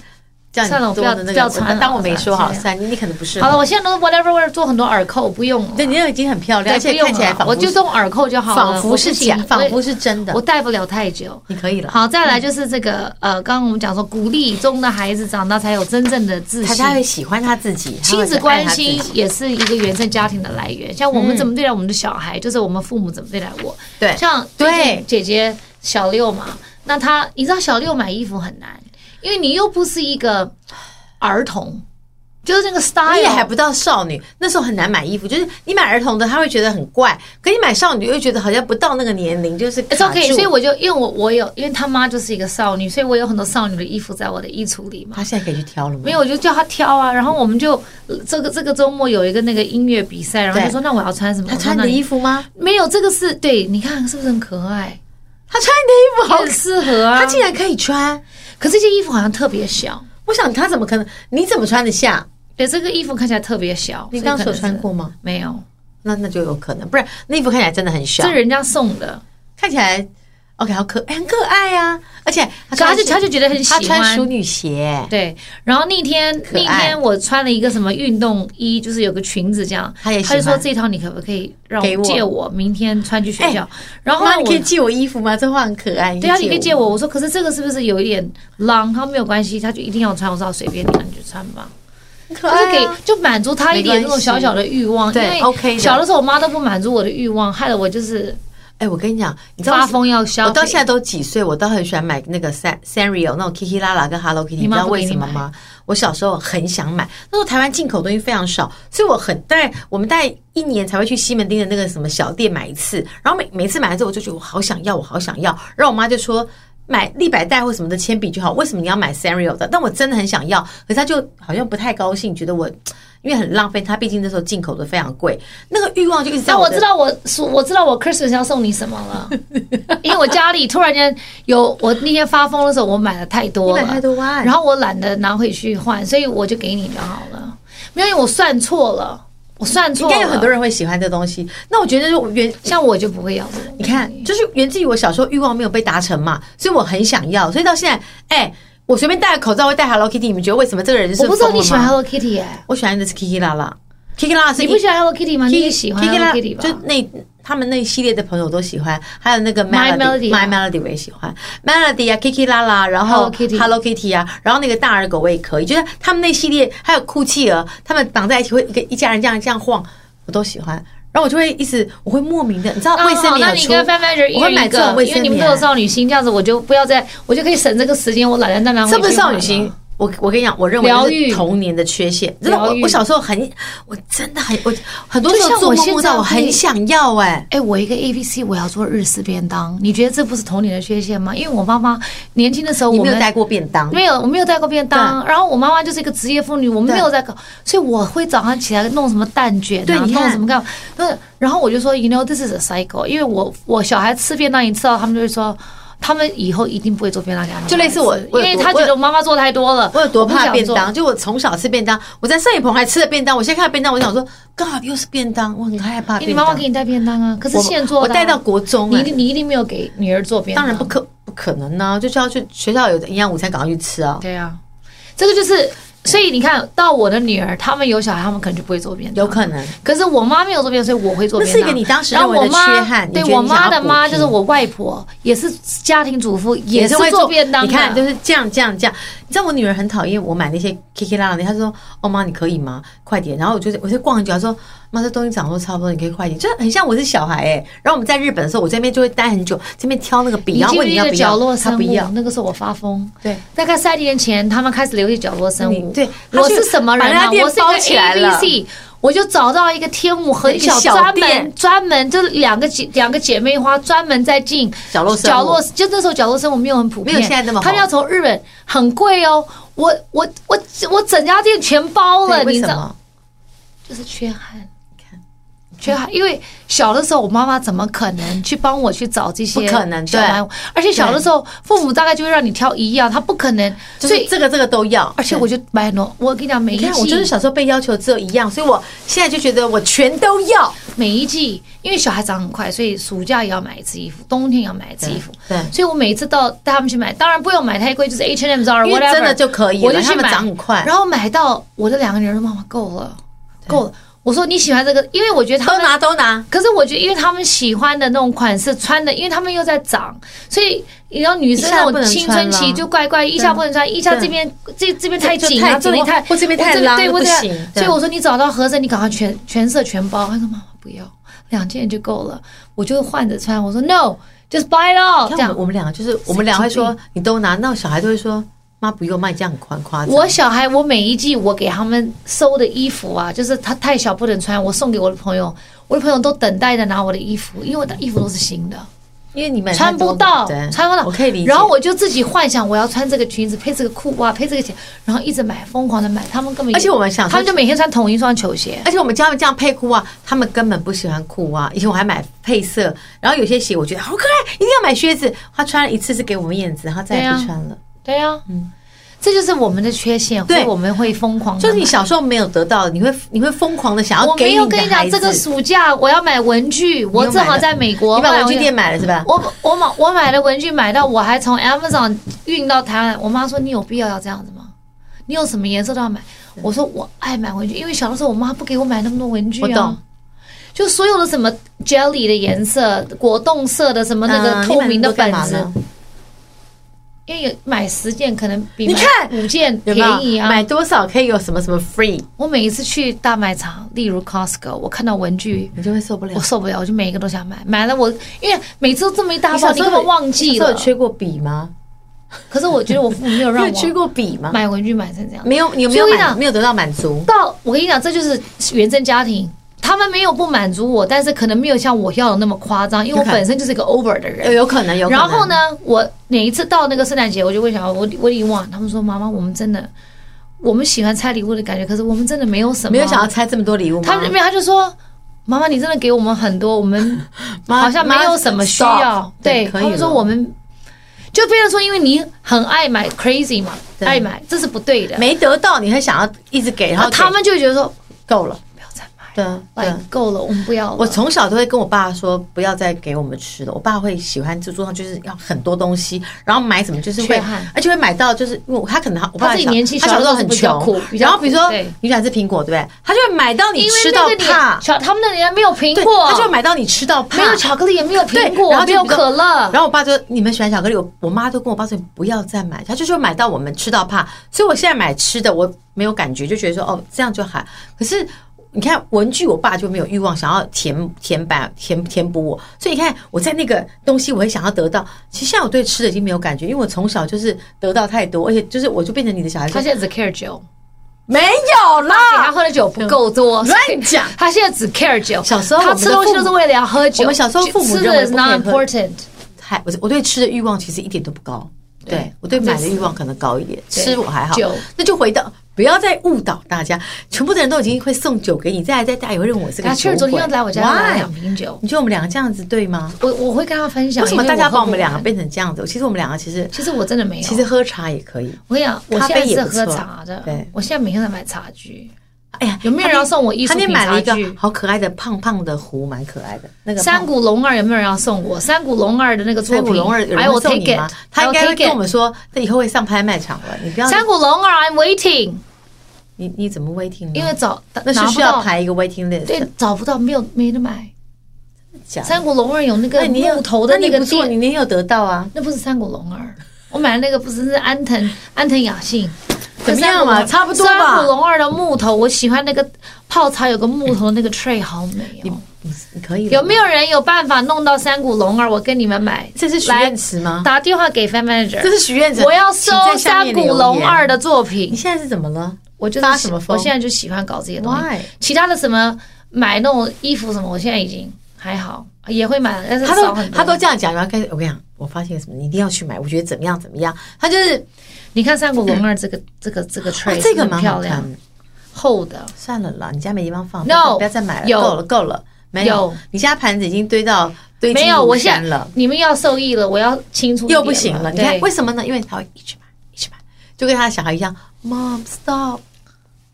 [SPEAKER 1] 这样
[SPEAKER 2] 算了我不要
[SPEAKER 1] 做的那
[SPEAKER 2] 不要
[SPEAKER 1] 个，
[SPEAKER 2] 传了
[SPEAKER 1] 当我没说好。
[SPEAKER 2] 算了
[SPEAKER 1] 算了，你可能不是。
[SPEAKER 2] 好了，我现在都 whatever，我做很多耳扣，不用了。
[SPEAKER 1] 对，你那个已经很漂亮，而且
[SPEAKER 2] 不用
[SPEAKER 1] 看起来
[SPEAKER 2] 了
[SPEAKER 1] 仿佛
[SPEAKER 2] 我就用耳扣就好了，
[SPEAKER 1] 仿佛是假
[SPEAKER 2] 我不，行
[SPEAKER 1] 仿佛是真的
[SPEAKER 2] 我。戴不了太久。
[SPEAKER 1] 你可以了，
[SPEAKER 2] 好，再来就是这个呃，刚刚我们讲说，鼓励中的孩子长大才有真正的自
[SPEAKER 1] 他
[SPEAKER 2] 信
[SPEAKER 1] 他。会喜欢他自己，他
[SPEAKER 2] 亲
[SPEAKER 1] 会
[SPEAKER 2] 子
[SPEAKER 1] 爱
[SPEAKER 2] 关
[SPEAKER 1] 他自
[SPEAKER 2] 系
[SPEAKER 1] 己嗯
[SPEAKER 2] 也是一个原生家庭的来源，像我们怎么对待我们的小孩，就是我们父母怎么对待我。
[SPEAKER 1] 对
[SPEAKER 2] 像最近姐姐小六嘛，那她你知道小六买衣服很难，因为你又不是一个儿童，就是那个 style
[SPEAKER 1] 你也还不到少女，那时候很难买衣服。就是你买儿童的，他会觉得很怪；可你买少女，又觉得好像不到那个年龄，就是卡
[SPEAKER 2] It's
[SPEAKER 1] 住。
[SPEAKER 2] OK，所以我就因为我我有，因为他妈就是一个少女，所以我有很多少女的衣服在我的衣橱里嘛。
[SPEAKER 1] 他现在可以去挑了吗？
[SPEAKER 2] 没有，我就叫她挑啊。然后我们就呃这个这个周末有一个那个音乐比赛，然后
[SPEAKER 1] 对
[SPEAKER 2] 就说那我要穿什么？
[SPEAKER 1] 他穿你的
[SPEAKER 2] 我说那
[SPEAKER 1] 衣服吗？
[SPEAKER 2] 没有，这个是对，你看是不是很可爱？
[SPEAKER 1] 他穿你的衣服好
[SPEAKER 2] 很，适合啊
[SPEAKER 1] 他。竟然可以穿。
[SPEAKER 2] 可这件衣服好像特别小，
[SPEAKER 1] 我想他怎么可能？你怎么穿得下？
[SPEAKER 2] 对，这个衣服看起来特别小。
[SPEAKER 1] 你当时
[SPEAKER 2] 所
[SPEAKER 1] 有
[SPEAKER 2] 以可能是
[SPEAKER 1] 穿过吗？
[SPEAKER 2] 没有？
[SPEAKER 1] 那那就有可能，不然那衣服看起来真的很小
[SPEAKER 2] 这，人家送的，
[SPEAKER 1] 看起来 OK 好可哎很可爱啊，而且他
[SPEAKER 2] 可他
[SPEAKER 1] 穿
[SPEAKER 2] 就他就觉得很喜
[SPEAKER 1] 他
[SPEAKER 2] 欢。
[SPEAKER 1] 穿淑女鞋，
[SPEAKER 2] 对，然后那天
[SPEAKER 1] 可
[SPEAKER 2] 那
[SPEAKER 1] 爱
[SPEAKER 2] 天我穿了一个什么运动衣，就是有个裙子这样，
[SPEAKER 1] 他也喜
[SPEAKER 2] 就说
[SPEAKER 1] 欢
[SPEAKER 2] 这套你可不可以让
[SPEAKER 1] 给我
[SPEAKER 2] 借我明天穿去学
[SPEAKER 1] 哎
[SPEAKER 2] 校？然后呢
[SPEAKER 1] 妈，你
[SPEAKER 2] 我
[SPEAKER 1] 可以借我衣服吗？这话很可爱。
[SPEAKER 2] 对啊，你可以借
[SPEAKER 1] 我吗。
[SPEAKER 2] 我。我说可是这个是不是有一点 long？他说没有关系，他就一定要穿。我说好随便你，那你就穿吧。
[SPEAKER 1] 很可
[SPEAKER 2] 就
[SPEAKER 1] 爱
[SPEAKER 2] 是
[SPEAKER 1] 啊
[SPEAKER 2] 给就满足他一点
[SPEAKER 1] 没
[SPEAKER 2] 那
[SPEAKER 1] 关
[SPEAKER 2] 种
[SPEAKER 1] 系
[SPEAKER 2] 小小的欲望，
[SPEAKER 1] 对
[SPEAKER 2] 因
[SPEAKER 1] OK
[SPEAKER 2] 为
[SPEAKER 1] 的
[SPEAKER 2] 小的时候我妈都不满足我的欲望，害得我就是
[SPEAKER 1] 哎，我跟你讲，你知道为
[SPEAKER 2] 发
[SPEAKER 1] 什么
[SPEAKER 2] 疯要消费。
[SPEAKER 1] 我到现在都几岁，我都很喜欢买那个三 Sanrio 那种 Kiki 拉拉跟 Hello Kitty，
[SPEAKER 2] 你
[SPEAKER 1] 你知
[SPEAKER 2] 妈
[SPEAKER 1] 道
[SPEAKER 2] 不给
[SPEAKER 1] 为
[SPEAKER 2] 你
[SPEAKER 1] 什么吗？我小时候很想买，那时候台湾进口东西非常少，所以我很大概我们大概一年才会去西门町的那个什么小店买一次，然后每每次买了之后，我就觉得我好想要，我好想要，然后我妈就说。买立百代或什么的铅笔就好，为什么你要买 Sanrio 的？但我真的很想要，可是她就好像不太高兴，觉得我因为很浪费，她毕竟那时候进口的非常贵，那个欲望就一直在
[SPEAKER 2] 那我
[SPEAKER 1] 的
[SPEAKER 2] 知道我暑我知道我 Christmas 要送你什么 了，因为我家里突然间有我那天发疯的时候，我买了太多了，
[SPEAKER 1] 你买太多 why？
[SPEAKER 2] 然后我懒得拿回去换，所以我就给你就好了。没有，因为我算错了，我算错
[SPEAKER 1] 应该
[SPEAKER 2] 了。
[SPEAKER 1] 有很多人会喜欢这东西。那我觉得就原
[SPEAKER 2] 像我就不会要这种。
[SPEAKER 1] 你看，就是源自于我小时候欲望没有被达成嘛，所以我很想要，所以到现在，哎、我随便戴个口罩会戴 Hello Kitty，你们觉得为什么这个人就是
[SPEAKER 2] 我不知道你
[SPEAKER 1] 疯
[SPEAKER 2] 喜
[SPEAKER 1] 了
[SPEAKER 2] 欢
[SPEAKER 1] 吗
[SPEAKER 2] Hello Kitty 哎、
[SPEAKER 1] 我喜欢的是 Kiki 啦啦，Kiki 啦啦是
[SPEAKER 2] 你不喜欢 Hello Kitty 吗？你
[SPEAKER 1] Kiki
[SPEAKER 2] 也喜欢
[SPEAKER 1] Kiki
[SPEAKER 2] Hello
[SPEAKER 1] 啦
[SPEAKER 2] Kitty 吧？
[SPEAKER 1] 就那他们那一系列的朋友都喜欢，还有那个
[SPEAKER 2] My Melody 啊
[SPEAKER 1] Melody，My Melody 我也喜欢，Melody 啊，Kiki 啦啦，然后
[SPEAKER 2] Hello Kitty
[SPEAKER 1] Hello Kitty 啊，然后那个大耳狗我也可以，就是他们那系列还有酷企鹅，他们绑在一起会一个一家人这样这样晃，我都喜欢。然后我就会一直，我会莫名的，你知道
[SPEAKER 2] 那
[SPEAKER 1] 卫生
[SPEAKER 2] 好，
[SPEAKER 1] 棉
[SPEAKER 2] 啊
[SPEAKER 1] 有
[SPEAKER 2] 那你
[SPEAKER 1] 出，
[SPEAKER 2] 跟范范人一
[SPEAKER 1] 我会
[SPEAKER 2] 人
[SPEAKER 1] 买
[SPEAKER 2] 一
[SPEAKER 1] 这
[SPEAKER 2] 个
[SPEAKER 1] 种，卫
[SPEAKER 2] 因为
[SPEAKER 1] 生
[SPEAKER 2] 你们都
[SPEAKER 1] 棉
[SPEAKER 2] 有。少女心，这样子我就不是少女心这样子我就不要再，我就可以省这个时间，我懒得再拿回去
[SPEAKER 1] 这不是少女
[SPEAKER 2] 换了
[SPEAKER 1] 心，我我跟你讲，我认为
[SPEAKER 2] 啊疗
[SPEAKER 1] 这
[SPEAKER 2] 愈
[SPEAKER 1] 是童年的缺陷。真的，我
[SPEAKER 2] 疗愈
[SPEAKER 1] 我小时候很，我真的很，我很多时
[SPEAKER 2] 就
[SPEAKER 1] 候
[SPEAKER 2] 像我
[SPEAKER 1] 做梦
[SPEAKER 2] 现
[SPEAKER 1] 梦
[SPEAKER 2] 在
[SPEAKER 1] 到我
[SPEAKER 2] 会
[SPEAKER 1] 很想要哎、
[SPEAKER 2] 哎、我一个 A B C，我要做日式便当，你觉得这不是童年的缺陷吗？因为我妈妈年轻的时候，
[SPEAKER 1] 你
[SPEAKER 2] 我
[SPEAKER 1] 没
[SPEAKER 2] 们啊
[SPEAKER 1] 有带过便当，
[SPEAKER 2] 没有，我没有带过便当。然后我妈妈就是一个职业妇女，我们
[SPEAKER 1] 对
[SPEAKER 2] 没有在搞，所以我会早上起来弄什么蛋卷、啊，
[SPEAKER 1] 对你看
[SPEAKER 2] 弄什么干嘛。那然后我就说，you know this is a cycle，因为我我小孩吃便当一次哦到，他们就会说。他们以后一定不会做便当给他们，
[SPEAKER 1] 就类似我
[SPEAKER 2] 吃
[SPEAKER 1] 我
[SPEAKER 2] 因为他
[SPEAKER 1] 我
[SPEAKER 2] 觉得我妈妈做太多了，
[SPEAKER 1] 我有多怕
[SPEAKER 2] 不想
[SPEAKER 1] 便
[SPEAKER 2] 做
[SPEAKER 1] 当？就我从小吃便当，我在摄影棚还吃了便当，我现在看到便当，我想说，干嘛又是便当？我很害怕
[SPEAKER 2] 因哎为你
[SPEAKER 1] 便当。
[SPEAKER 2] 妈妈给你带便当啊，可是
[SPEAKER 1] 我
[SPEAKER 2] 现做
[SPEAKER 1] 我
[SPEAKER 2] 的啊
[SPEAKER 1] 带到国中、
[SPEAKER 2] 你一
[SPEAKER 1] 哎
[SPEAKER 2] 定啊你一定没有给女儿做便当，
[SPEAKER 1] 当然不可不可能呢、就是要去学校有营养午餐，赶快去吃啊。
[SPEAKER 2] 对啊，这个就是，所以你看到我的女儿，她们有小孩，她们可能就不会做便当，
[SPEAKER 1] 有可能
[SPEAKER 2] 可是我妈没有做便当，所以我会做
[SPEAKER 1] 那
[SPEAKER 2] 便
[SPEAKER 1] 是
[SPEAKER 2] 当。
[SPEAKER 1] 一个你当时
[SPEAKER 2] 然后
[SPEAKER 1] 认为的
[SPEAKER 2] 我妈
[SPEAKER 1] 缺憾你
[SPEAKER 2] 对
[SPEAKER 1] 觉得
[SPEAKER 2] 我
[SPEAKER 1] 你想
[SPEAKER 2] 妈
[SPEAKER 1] 要
[SPEAKER 2] 的
[SPEAKER 1] 补
[SPEAKER 2] 妈
[SPEAKER 1] 平
[SPEAKER 2] 就是我外婆，也是家庭主妇，也是
[SPEAKER 1] 会
[SPEAKER 2] 做便当的。
[SPEAKER 1] 你看就是这样这样这样。你知道我女儿很讨厌我买那些 Kiki 拉拉的，她说：“哦妈，你可以吗？快点！”然后我就我就逛很久，她说：“妈，这东西涨落差不多，你可以快点。”就是很像我是小孩哎、然后我们在日本的时候，我这边就会待很久，这边挑那个笔，
[SPEAKER 2] 你
[SPEAKER 1] 然后
[SPEAKER 2] 记不
[SPEAKER 1] 问你
[SPEAKER 2] 记
[SPEAKER 1] 要
[SPEAKER 2] 得
[SPEAKER 1] 不
[SPEAKER 2] 角落
[SPEAKER 1] 要，她
[SPEAKER 2] 生
[SPEAKER 1] 不
[SPEAKER 2] 物
[SPEAKER 1] 要。？
[SPEAKER 2] 那个时候我发疯。
[SPEAKER 1] 对，
[SPEAKER 2] 大概三年前，他们开始流行角落生物。
[SPEAKER 1] 你对
[SPEAKER 2] 我
[SPEAKER 1] 他去
[SPEAKER 2] 是什么人
[SPEAKER 1] 把那
[SPEAKER 2] 啊？
[SPEAKER 1] 家店
[SPEAKER 2] 我是
[SPEAKER 1] 包起
[SPEAKER 2] 一个
[SPEAKER 1] 来
[SPEAKER 2] A
[SPEAKER 1] 了
[SPEAKER 2] B C，我就找到一个天母很
[SPEAKER 1] 一个小
[SPEAKER 2] 专门
[SPEAKER 1] 店
[SPEAKER 2] 专门就是两个姐两个姐妹花专门在进
[SPEAKER 1] 角落生物
[SPEAKER 2] 角落，就那时候角落生物没有很普遍，
[SPEAKER 1] 没有现在那么好
[SPEAKER 2] 他们要从日本很贵哦，我我我我整家店全包了，
[SPEAKER 1] 对为
[SPEAKER 2] 你知
[SPEAKER 1] 什
[SPEAKER 2] 道。
[SPEAKER 1] 么？
[SPEAKER 2] 就是缺憾。缺憾，因为小的时候，我妈妈怎么可能去帮我去找这些
[SPEAKER 1] 不可能对
[SPEAKER 2] 小玩偶？而且小的时候，父母大概就会让你挑一样，他不可能。
[SPEAKER 1] 就
[SPEAKER 2] 所
[SPEAKER 1] 是
[SPEAKER 2] 以，
[SPEAKER 1] 这个这个都要，
[SPEAKER 2] 而且我就买很多。我跟你讲，每
[SPEAKER 1] 你
[SPEAKER 2] 一
[SPEAKER 1] 看，我就是
[SPEAKER 2] 季，
[SPEAKER 1] 小时候被要求只有一样，所以我现在就觉得我全都 要。
[SPEAKER 2] 每一季，因为小孩长很快，所以暑假也要买一次衣服，冬天也要买一次衣服。
[SPEAKER 1] 对
[SPEAKER 2] 所以我每一次到带他们去买，当然不用买太贵，就是 H M、Zara
[SPEAKER 1] 因
[SPEAKER 2] w
[SPEAKER 1] 为
[SPEAKER 2] h a
[SPEAKER 1] 真的就可以了
[SPEAKER 2] 我就去
[SPEAKER 1] 他们
[SPEAKER 2] 买，
[SPEAKER 1] 长很快
[SPEAKER 2] 然后买到我的两个女儿说：“妈妈够了，够了。”我说：“你喜欢这个？因为我觉得他
[SPEAKER 1] 都
[SPEAKER 2] 们
[SPEAKER 1] 拿都拿，
[SPEAKER 2] 可是我觉得，因为他们喜欢的那种款式穿的，因为他们又在长，所以你知道女生
[SPEAKER 1] 一下
[SPEAKER 2] 那
[SPEAKER 1] 不
[SPEAKER 2] 种
[SPEAKER 1] 能
[SPEAKER 2] 青春期
[SPEAKER 1] 穿了
[SPEAKER 2] 就怪怪，一下不能穿，一下这边这这边太紧啊，
[SPEAKER 1] 就
[SPEAKER 2] 这
[SPEAKER 1] 太紧
[SPEAKER 2] 里太
[SPEAKER 1] 或这边太
[SPEAKER 2] 我
[SPEAKER 1] 拉
[SPEAKER 2] 对，
[SPEAKER 1] 就
[SPEAKER 2] 我
[SPEAKER 1] 不
[SPEAKER 2] 这样
[SPEAKER 1] 行
[SPEAKER 2] 所以
[SPEAKER 1] 对
[SPEAKER 2] 我说你找到合适，你赶快全全色全包。他说妈妈不要，两件就够了，我就换着穿。我说 no，just buy it all 这
[SPEAKER 1] 像我
[SPEAKER 2] 样
[SPEAKER 1] 们。我们两个就是我们俩会说你都拿，那小孩都会说妈不用卖这样很宽夸张。
[SPEAKER 2] 我小孩，我每一季我给他们收的衣服啊，就是他太小不能穿，我送给我的朋友，我的朋友都等待着拿我的衣服，因为我的衣服都是新的。
[SPEAKER 1] 因为你们
[SPEAKER 2] 穿不到，
[SPEAKER 1] 对
[SPEAKER 2] 穿不到，
[SPEAKER 1] 我可以理解。
[SPEAKER 2] 然后我就自己幻想我要穿这个裙子，配这个裤袜，配这个鞋，然后一直买，疯狂的买。他们根本也
[SPEAKER 1] 而且我们想说
[SPEAKER 2] 他们就每天穿同一双球鞋。
[SPEAKER 1] 而且我们教他们这样配裤袜，他们根本不喜欢裤啊袜。以前我还买配色，然后有些鞋我觉得好可爱，一定要买靴子。他穿了一次是给我们面子，然后再也不
[SPEAKER 2] 对啊
[SPEAKER 1] 穿了。
[SPEAKER 2] 对啊，这就是我们的缺陷，
[SPEAKER 1] 嗯对
[SPEAKER 2] 所以我们会疯狂的。
[SPEAKER 1] 就是你小时候没有得到，你会你会疯狂的想要
[SPEAKER 2] 我没
[SPEAKER 1] 给
[SPEAKER 2] 有
[SPEAKER 1] 你的
[SPEAKER 2] 跟你
[SPEAKER 1] 孩子。
[SPEAKER 2] 讲，这个暑假我要买文具，我正好在美国，
[SPEAKER 1] 你把文
[SPEAKER 2] 不然我
[SPEAKER 1] 具
[SPEAKER 2] 就
[SPEAKER 1] 店买了是吧？
[SPEAKER 2] 我我买我买的文具买到我还从 Amazon 运到台湾，我妈说你有必要要这样子吗？你有什么颜色都要买？我说我爱买文具，因为小的时候我妈不给我买那么多文具
[SPEAKER 1] 我
[SPEAKER 2] 啊
[SPEAKER 1] 懂。
[SPEAKER 2] 就所有的什么 jelly 的颜色、果冻色的什么那个
[SPEAKER 1] 嗯
[SPEAKER 2] 透明的
[SPEAKER 1] 你买
[SPEAKER 2] 本
[SPEAKER 1] 那么多干嘛
[SPEAKER 2] 子，
[SPEAKER 1] 呢
[SPEAKER 2] 因为有买十件可能比
[SPEAKER 1] 你
[SPEAKER 2] 买
[SPEAKER 1] 看
[SPEAKER 2] 五件
[SPEAKER 1] 有没有
[SPEAKER 2] 便宜啊。
[SPEAKER 1] 买多少可以有什么什么 free，
[SPEAKER 2] 我每一次去大卖场，例如 Costco，我看到文具。
[SPEAKER 1] 你就会受不了
[SPEAKER 2] 我。受不了，我就每一个都想买，买了我，因为每次都这么一大包，
[SPEAKER 1] 小
[SPEAKER 2] 你
[SPEAKER 1] 时候
[SPEAKER 2] 根本忘记
[SPEAKER 1] 有
[SPEAKER 2] 了
[SPEAKER 1] 有。缺过笔吗？
[SPEAKER 2] 可是我觉得我父母没 有
[SPEAKER 1] 你
[SPEAKER 2] 让
[SPEAKER 1] 有
[SPEAKER 2] 我
[SPEAKER 1] 缺过笔吗？
[SPEAKER 2] 买文具买成这样。
[SPEAKER 1] 没有，你有没有
[SPEAKER 2] 所以呢
[SPEAKER 1] 满没有得到满足？
[SPEAKER 2] 到我跟你讲，这就是原生家庭，他们没有不满足我，但是可能没有像我要的那么夸张，因为
[SPEAKER 1] 有
[SPEAKER 2] 我
[SPEAKER 1] 可能
[SPEAKER 2] 本身就是一个 over 的
[SPEAKER 1] 有
[SPEAKER 2] 人。
[SPEAKER 1] 有可能有可能。
[SPEAKER 2] 然后呢，我每一次到那个圣诞节，我就会想，我我已忘，他们说妈妈，我们真的，我们喜欢拆礼物的感觉，可是我们真的没有什么，
[SPEAKER 1] 没有想要拆这么多礼物吗？
[SPEAKER 2] 他们没有，他就说。妈妈，你真的给我们很多，我们
[SPEAKER 1] 妈
[SPEAKER 2] 好像没有什么需
[SPEAKER 1] 妈
[SPEAKER 2] 要
[SPEAKER 1] ，stop。
[SPEAKER 2] 对，
[SPEAKER 1] 可
[SPEAKER 2] 他
[SPEAKER 1] 以了
[SPEAKER 2] 们说我们就变成说，因为你很爱买 crazy 嘛，
[SPEAKER 1] 对
[SPEAKER 2] 爱买这是不对的。
[SPEAKER 1] 没得到，你还想要一直给，然
[SPEAKER 2] 然
[SPEAKER 1] 后
[SPEAKER 2] 后
[SPEAKER 1] 给
[SPEAKER 2] 啊他们就会觉得说，
[SPEAKER 1] 够了。
[SPEAKER 2] 不要再买
[SPEAKER 1] 对对
[SPEAKER 2] 了，，够了，我们不要了。
[SPEAKER 1] 我从小都会跟我爸说，不要再给我们吃了。我爸会喜欢就桌上就是要很多东西，然后买什么就是会
[SPEAKER 2] 缺憾，
[SPEAKER 1] 而且会买到就是因为我他可能他我哦
[SPEAKER 2] 他
[SPEAKER 1] 爸
[SPEAKER 2] 自己
[SPEAKER 1] 小
[SPEAKER 2] 年纪
[SPEAKER 1] 他
[SPEAKER 2] 小
[SPEAKER 1] 小
[SPEAKER 2] 的
[SPEAKER 1] 时
[SPEAKER 2] 时候
[SPEAKER 1] 候
[SPEAKER 2] 是
[SPEAKER 1] 很
[SPEAKER 2] 比较
[SPEAKER 1] 穷
[SPEAKER 2] 苦，比较
[SPEAKER 1] 然后比如说
[SPEAKER 2] 苦对
[SPEAKER 1] 你想吃苹果对不对？他就会买到你
[SPEAKER 2] 因为
[SPEAKER 1] 吃到
[SPEAKER 2] 那个年
[SPEAKER 1] 怕，
[SPEAKER 2] 小他们那年没有苹
[SPEAKER 1] 对，
[SPEAKER 2] 果，
[SPEAKER 1] 他就会买到你吃到怕，
[SPEAKER 2] 没有巧克力，也没有苹
[SPEAKER 1] 对
[SPEAKER 2] 果，
[SPEAKER 1] 然后就
[SPEAKER 2] 没有
[SPEAKER 1] 比较
[SPEAKER 2] 可乐
[SPEAKER 1] 然。后我爸就你们喜欢巧克力，我我妈都跟我爸说你不要再买，他就说买到我们吃到怕，所以我现在买吃的我没有感觉，就觉得说哦这样就还。可是你看文具，我爸就没有欲望想要填填板填填补我，所以你看我在那个东西，我会想要得到。其实现在我对吃的已经没有感觉，因为我从小就是得到太多，而且就是我就变成你的小孩。
[SPEAKER 2] 他现在只 care 酒，
[SPEAKER 1] 没有
[SPEAKER 2] 给他
[SPEAKER 1] 啦，
[SPEAKER 2] 喝的酒不够多，
[SPEAKER 1] 乱
[SPEAKER 2] 所以
[SPEAKER 1] 讲
[SPEAKER 2] 他现在只 care 酒，
[SPEAKER 1] 小时候
[SPEAKER 2] 他
[SPEAKER 1] 我们的
[SPEAKER 2] 吃东西
[SPEAKER 1] 父母
[SPEAKER 2] 都是为了要喝酒。
[SPEAKER 1] 我们小时候父母
[SPEAKER 2] 吃
[SPEAKER 1] 认为
[SPEAKER 2] 的
[SPEAKER 1] 不
[SPEAKER 2] not
[SPEAKER 1] 可以喝
[SPEAKER 2] important，
[SPEAKER 1] 还我我对吃的欲望其实一点都不高。
[SPEAKER 2] 对
[SPEAKER 1] 对我对买的欲望可能高一点，
[SPEAKER 2] 对
[SPEAKER 1] 吃我还好
[SPEAKER 2] 酒。
[SPEAKER 1] 那就回到不要再误导大家，全部的人都已经会送酒给你，再来再大家也会认为我是个
[SPEAKER 2] 他
[SPEAKER 1] 酒
[SPEAKER 2] 确实
[SPEAKER 1] 鬼。
[SPEAKER 2] 昨天又来我家拿了
[SPEAKER 1] Why？
[SPEAKER 2] 两瓶酒，
[SPEAKER 1] 你觉得我们两个这样子对吗？
[SPEAKER 2] 我我会跟他分享。
[SPEAKER 1] 为什么
[SPEAKER 2] 因
[SPEAKER 1] 大家
[SPEAKER 2] 喝
[SPEAKER 1] 把我
[SPEAKER 2] 不
[SPEAKER 1] 们两个
[SPEAKER 2] 完？
[SPEAKER 1] 变成这样子？其实我们两个其实
[SPEAKER 2] 其实我真的没有。
[SPEAKER 1] 其实喝茶也可以。
[SPEAKER 2] 我跟你讲，我
[SPEAKER 1] 咖
[SPEAKER 2] 现
[SPEAKER 1] 啡
[SPEAKER 2] 在
[SPEAKER 1] 也
[SPEAKER 2] 是
[SPEAKER 1] 不错
[SPEAKER 2] 喝茶的
[SPEAKER 1] 对，
[SPEAKER 2] 我现在每天在买茶具。
[SPEAKER 1] 哎呀，
[SPEAKER 2] 有没有人要送我艺术
[SPEAKER 1] 他那
[SPEAKER 2] 品
[SPEAKER 1] 买了
[SPEAKER 2] 茶
[SPEAKER 1] 一个
[SPEAKER 2] 具？
[SPEAKER 1] 好可爱的胖胖的壶，蛮可爱的。那个
[SPEAKER 2] 山
[SPEAKER 1] 胖
[SPEAKER 2] 谷龙二有没有人要送我？山谷龙二的那个作
[SPEAKER 1] 山
[SPEAKER 2] 品，
[SPEAKER 1] 谷龙二有
[SPEAKER 2] I
[SPEAKER 1] 人
[SPEAKER 2] will
[SPEAKER 1] 会送
[SPEAKER 2] take
[SPEAKER 1] 你
[SPEAKER 2] it，
[SPEAKER 1] 吗？他应该
[SPEAKER 2] I
[SPEAKER 1] 会
[SPEAKER 2] will
[SPEAKER 1] 跟
[SPEAKER 2] take
[SPEAKER 1] 我们
[SPEAKER 2] it。
[SPEAKER 1] 说，他以后会上拍卖场了。你不要
[SPEAKER 2] 山谷龙二，I'm waiting，
[SPEAKER 1] 你你怎么 waiting？呢
[SPEAKER 2] 因为找
[SPEAKER 1] 那
[SPEAKER 2] 拿
[SPEAKER 1] 是
[SPEAKER 2] 不
[SPEAKER 1] 需要
[SPEAKER 2] 到，
[SPEAKER 1] 排一个 waiting list
[SPEAKER 2] 对
[SPEAKER 1] 的。，
[SPEAKER 2] 找不到，没有没得买。
[SPEAKER 1] 假的
[SPEAKER 2] 山谷龙二有那
[SPEAKER 1] 那
[SPEAKER 2] 个
[SPEAKER 1] 你有
[SPEAKER 2] 木头的
[SPEAKER 1] 那你
[SPEAKER 2] 个
[SPEAKER 1] 不错，
[SPEAKER 2] 店，
[SPEAKER 1] 你你有得到啊？
[SPEAKER 2] 那不是山谷龙二，我买的那个不是是安藤安藤雅信。
[SPEAKER 1] 怎么样嘛
[SPEAKER 2] 山
[SPEAKER 1] 差
[SPEAKER 2] 谷龙
[SPEAKER 1] 不多吧
[SPEAKER 2] 山谷龙二的木头，我喜欢那个泡茶有个木头的那个 tray，好美哦。
[SPEAKER 1] 你你可以
[SPEAKER 2] 有没
[SPEAKER 1] 有？
[SPEAKER 2] 有人有办法弄到山谷龙二？我跟你们买，
[SPEAKER 1] 这是许
[SPEAKER 2] 来
[SPEAKER 1] 愿池吗？
[SPEAKER 2] 打电话给 fan
[SPEAKER 1] 这
[SPEAKER 2] manager，
[SPEAKER 1] 是许愿池。
[SPEAKER 2] 我要
[SPEAKER 1] 请
[SPEAKER 2] 收
[SPEAKER 1] 在下
[SPEAKER 2] 山
[SPEAKER 1] 面留
[SPEAKER 2] 谷
[SPEAKER 1] 言
[SPEAKER 2] 龙二。的作
[SPEAKER 1] 你
[SPEAKER 2] 品。
[SPEAKER 1] 现在是怎么了
[SPEAKER 2] 我就
[SPEAKER 1] 发
[SPEAKER 2] 是
[SPEAKER 1] 什
[SPEAKER 2] 喜
[SPEAKER 1] 么疯
[SPEAKER 2] 我现在就喜欢搞这些东西。
[SPEAKER 1] ？Why？
[SPEAKER 2] 其他的什么买那种衣服什么，我现在已经还好，也会买，但是
[SPEAKER 1] 他
[SPEAKER 2] 少
[SPEAKER 1] 都
[SPEAKER 2] 很多。
[SPEAKER 1] 他都这样讲，然后开始我跟你讲，我发现什么，你一定要去买。我觉得怎么样怎么样，他就是
[SPEAKER 2] 你看山谷龙二这个这个这个 tray，、
[SPEAKER 1] 哦这个蛮
[SPEAKER 2] 漂
[SPEAKER 1] 好
[SPEAKER 2] 亮
[SPEAKER 1] 看的。
[SPEAKER 2] 厚的，
[SPEAKER 1] 算了啦，你家没地方放
[SPEAKER 2] No，
[SPEAKER 1] 不要再买了，
[SPEAKER 2] 有
[SPEAKER 1] 够了够了，没有
[SPEAKER 2] 有，
[SPEAKER 1] 你家盘子已经堆到堆积
[SPEAKER 2] 没有。
[SPEAKER 1] 如
[SPEAKER 2] 我
[SPEAKER 1] 山
[SPEAKER 2] 现在
[SPEAKER 1] 了，
[SPEAKER 2] 你们要受益了，我要清楚一点
[SPEAKER 1] 又不行了。你看
[SPEAKER 2] 对
[SPEAKER 1] 为，什么呢？因为他会一直买一直买，就跟他的小孩一样，Mom stop。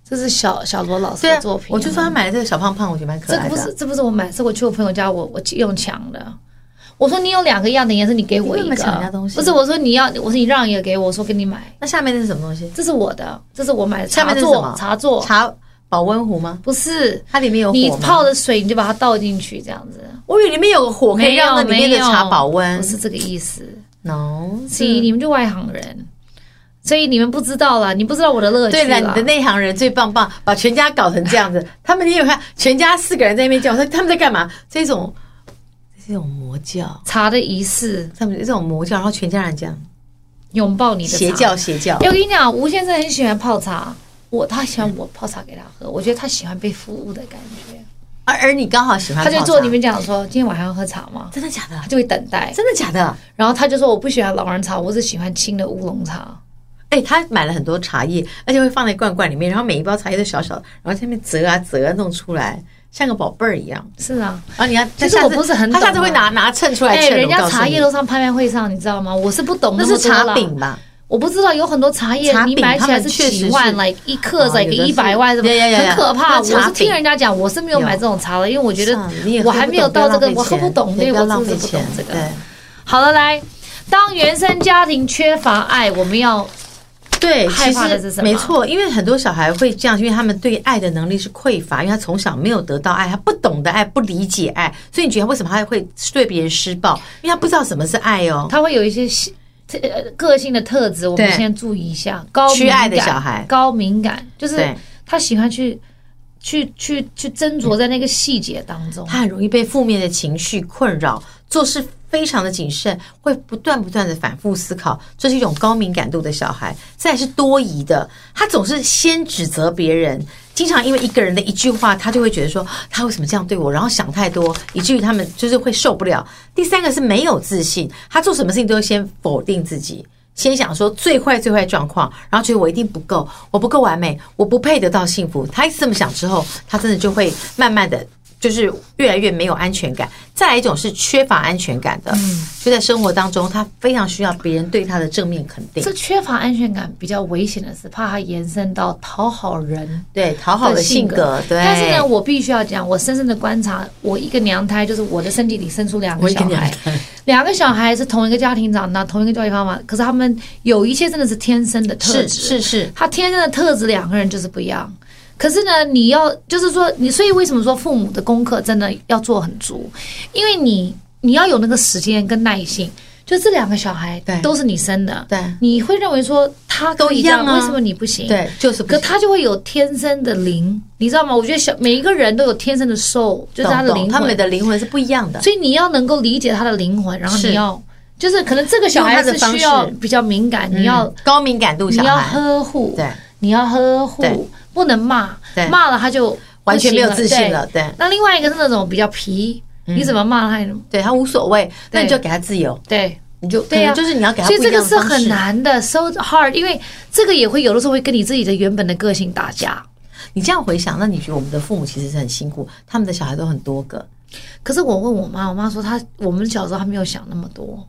[SPEAKER 2] 这是小小罗老师
[SPEAKER 1] 对
[SPEAKER 2] 的
[SPEAKER 1] 啊
[SPEAKER 2] 作品，，
[SPEAKER 1] 我就说他买的这个小胖胖，我觉得蛮可
[SPEAKER 2] 这
[SPEAKER 1] 爱
[SPEAKER 2] 个不
[SPEAKER 1] 的
[SPEAKER 2] 是
[SPEAKER 1] 啊。
[SPEAKER 2] 这不是我买，是我去我朋友家，我我用抢的。我说你有两个一样的颜色，你给我
[SPEAKER 1] 你
[SPEAKER 2] 一
[SPEAKER 1] 为什么
[SPEAKER 2] 个。
[SPEAKER 1] 抢人家东西
[SPEAKER 2] 不是，我说你要，我说你让一个给我，我说给你买，
[SPEAKER 1] 那下面那是什么东西？
[SPEAKER 2] 这是我的，这是我买的
[SPEAKER 1] 下
[SPEAKER 2] 茶
[SPEAKER 1] 面是什么
[SPEAKER 2] 座，茶座
[SPEAKER 1] 茶保温壶吗？
[SPEAKER 2] 不是。
[SPEAKER 1] 它里面有
[SPEAKER 2] 你
[SPEAKER 1] 火吗？
[SPEAKER 2] 泡的水你就把它倒进去，这样子
[SPEAKER 1] 我以为里面有个火可以
[SPEAKER 2] 没有
[SPEAKER 1] 让那里面的
[SPEAKER 2] 没有
[SPEAKER 1] 茶保温
[SPEAKER 2] 不。是这个意思。
[SPEAKER 1] No，
[SPEAKER 2] 所以你们就外行人，所以你们不知道啦，你不知道我的乐趣
[SPEAKER 1] 对了，
[SPEAKER 2] 啦
[SPEAKER 1] 你的内行人最棒棒，把全家搞成这样子。他们你有看，全家四个人在那边叫，我说他们在干嘛？这种，这种魔教，
[SPEAKER 2] 茶的仪式，
[SPEAKER 1] 他们这种魔教，然后全家人这样
[SPEAKER 2] 拥抱你的茶
[SPEAKER 1] 邪教，邪教
[SPEAKER 2] 哎。我跟你讲，吴先生很喜欢泡茶，我他喜欢我泡茶给他喝，我觉得他喜欢被服务的感觉。
[SPEAKER 1] 而而你刚好喜欢
[SPEAKER 2] 他
[SPEAKER 1] 泡茶，
[SPEAKER 2] 就坐里面讲说，今天晚上要喝茶吗？
[SPEAKER 1] 真的假的
[SPEAKER 2] 他？就会等待，
[SPEAKER 1] 真的假的？
[SPEAKER 2] 然后他就说我不喜欢老人茶，我只喜欢清的乌龙茶。
[SPEAKER 1] 哎、他买了很多茶叶，而且会放在罐罐里面，然后每一包茶叶都小小的，然后下面折啊折啊弄出来，像个宝贝儿一样。
[SPEAKER 2] 是啊，
[SPEAKER 1] 然后你要，
[SPEAKER 2] 其实我不是很
[SPEAKER 1] 他下次
[SPEAKER 2] 懂啊
[SPEAKER 1] 会拿拿秤出来
[SPEAKER 2] 哎、
[SPEAKER 1] 称、
[SPEAKER 2] 人
[SPEAKER 1] 我
[SPEAKER 2] 家
[SPEAKER 1] 告诉
[SPEAKER 2] 茶
[SPEAKER 1] 你
[SPEAKER 2] 叶都上拍卖会上，你知道吗？我是不懂
[SPEAKER 1] 那
[SPEAKER 2] 么
[SPEAKER 1] 是
[SPEAKER 2] 多啦
[SPEAKER 1] 茶饼，吧？
[SPEAKER 2] 我不知道有很多茶叶
[SPEAKER 1] 茶饼
[SPEAKER 2] 你买起来是几万
[SPEAKER 1] 他们
[SPEAKER 2] ，like 一克
[SPEAKER 1] 哦
[SPEAKER 2] like
[SPEAKER 1] 有的是
[SPEAKER 2] 一百万什么，
[SPEAKER 1] 呀呀呀呀
[SPEAKER 2] 很可怕。
[SPEAKER 1] 那
[SPEAKER 2] 我
[SPEAKER 1] 茶饼
[SPEAKER 2] 是听人家讲，我是没有买这种茶的，因为我觉得
[SPEAKER 1] 算了你也喝
[SPEAKER 2] 我
[SPEAKER 1] 不
[SPEAKER 2] 还
[SPEAKER 1] 懂
[SPEAKER 2] 没有
[SPEAKER 1] 不要
[SPEAKER 2] 到这个，
[SPEAKER 1] 浪费
[SPEAKER 2] 我喝不
[SPEAKER 1] 钱
[SPEAKER 2] 懂，
[SPEAKER 1] 对
[SPEAKER 2] 对
[SPEAKER 1] 不
[SPEAKER 2] 我
[SPEAKER 1] 要
[SPEAKER 2] 真
[SPEAKER 1] 浪
[SPEAKER 2] 的
[SPEAKER 1] 费
[SPEAKER 2] 不懂
[SPEAKER 1] 钱
[SPEAKER 2] 这个。
[SPEAKER 1] 对
[SPEAKER 2] 好了，来，当原生家庭缺乏爱，我们要
[SPEAKER 1] 对，
[SPEAKER 2] 害
[SPEAKER 1] 其
[SPEAKER 2] 怕的是
[SPEAKER 1] 实
[SPEAKER 2] 什么
[SPEAKER 1] 没错，因为很多小孩会这样，因为他们对爱的能力是匮乏，因为他从小没有得到爱，他不懂得爱，不理解爱，所以你觉得为什么他会对别人施暴？因为他不知道什么是爱哦。
[SPEAKER 2] 他会有一些性特呃个性的特质，我们
[SPEAKER 1] 对
[SPEAKER 2] 先注意一下。高
[SPEAKER 1] 缺
[SPEAKER 2] 敏
[SPEAKER 1] 爱的
[SPEAKER 2] 感
[SPEAKER 1] 小孩
[SPEAKER 2] 高敏感，就是
[SPEAKER 1] 对
[SPEAKER 2] 他喜欢去去去去斟酌在那个细节当中。
[SPEAKER 1] 他很容易被负面的情绪困扰，做事非常的谨慎，会不断不断的反复思考，这是一种高敏感度的小孩。再来是多疑的，他总是先指责别人，经常因为一个人的一句话，他就会觉得说他为什么这样对我，然后想太多，以至于他们就是会受不了。第三个是没有自信，他做什么事情都会先否定自己。先想说最坏最坏状况，然后觉得我一定不够，我不够完美，我不配得到幸福。他一直这么想之后，他真的就会慢慢的就是越来越没有安全感。再来一种是缺乏安全感的，
[SPEAKER 2] 嗯
[SPEAKER 1] 就在生活当中，他非常需要别人对他的正面肯定
[SPEAKER 2] 这，缺乏安全感比较危险的是，怕它延伸到讨好人。
[SPEAKER 1] 对讨好的性格，对。
[SPEAKER 2] 但是呢，我必须要讲，我深深的观察，我一个娘胎，就是我的身体里生出两
[SPEAKER 1] 我
[SPEAKER 2] 个
[SPEAKER 1] 一个
[SPEAKER 2] 小
[SPEAKER 1] 娘
[SPEAKER 2] 孩
[SPEAKER 1] 胎，
[SPEAKER 2] 两个小孩是同一个家庭长大，同一个教育方法，可是他们有一些真的是天生的特
[SPEAKER 1] 是
[SPEAKER 2] 质，
[SPEAKER 1] 是是，
[SPEAKER 2] 他天生的特质，两个人就是不一样。可是呢，你要就是说，你所以为什么说父母的功课真的要做很足？因为你你要有那个时间跟耐性就这两个小孩
[SPEAKER 1] 对
[SPEAKER 2] 都是你生的，
[SPEAKER 1] 对
[SPEAKER 2] 你会认为说他可以这
[SPEAKER 1] 都一样啊
[SPEAKER 2] 为什么你不行？，
[SPEAKER 1] 对，就是不
[SPEAKER 2] 嗯可
[SPEAKER 1] 行
[SPEAKER 2] 他就会有天生的灵，你知道吗？我觉得小每一个人都有天生的 soul，就是他的
[SPEAKER 1] 懂懂
[SPEAKER 2] 灵魂，
[SPEAKER 1] 他们的灵魂是不一样的。
[SPEAKER 2] 所以你要能够理解他的灵魂，然后
[SPEAKER 1] 是
[SPEAKER 2] 你要就是可能这个小孩
[SPEAKER 1] 用他
[SPEAKER 2] 子
[SPEAKER 1] 的方式
[SPEAKER 2] 需要比较敏感，你要
[SPEAKER 1] 嗯高敏感度
[SPEAKER 2] 你
[SPEAKER 1] 小
[SPEAKER 2] 要
[SPEAKER 1] 孩，
[SPEAKER 2] 呵护，
[SPEAKER 1] 对，
[SPEAKER 2] 你要呵
[SPEAKER 1] 对
[SPEAKER 2] 护，不能骂
[SPEAKER 1] 对，
[SPEAKER 2] 骂了他就
[SPEAKER 1] 完全没有
[SPEAKER 2] 不行
[SPEAKER 1] 自信了，对
[SPEAKER 2] 对
[SPEAKER 1] 嗯
[SPEAKER 2] 那另外一个是那种比较皮，你怎么骂他？
[SPEAKER 1] 对，他无所谓，那你
[SPEAKER 2] 对
[SPEAKER 1] 就给他自由，
[SPEAKER 2] 对，
[SPEAKER 1] 你就
[SPEAKER 2] 对啊
[SPEAKER 1] 可能就是你要给他
[SPEAKER 2] 所
[SPEAKER 1] 不
[SPEAKER 2] 以
[SPEAKER 1] 一
[SPEAKER 2] 这
[SPEAKER 1] 样的
[SPEAKER 2] 个是
[SPEAKER 1] 方式，
[SPEAKER 2] 很难的，so hard，因为这个也会有的时候会跟你自己的原本的个性打架。
[SPEAKER 1] 你这样回想，那你觉得我们的父母其实是很辛苦，他们的小孩都很多个，
[SPEAKER 2] 可是我问我妈，我妈说她我们小时候她没有想那么多，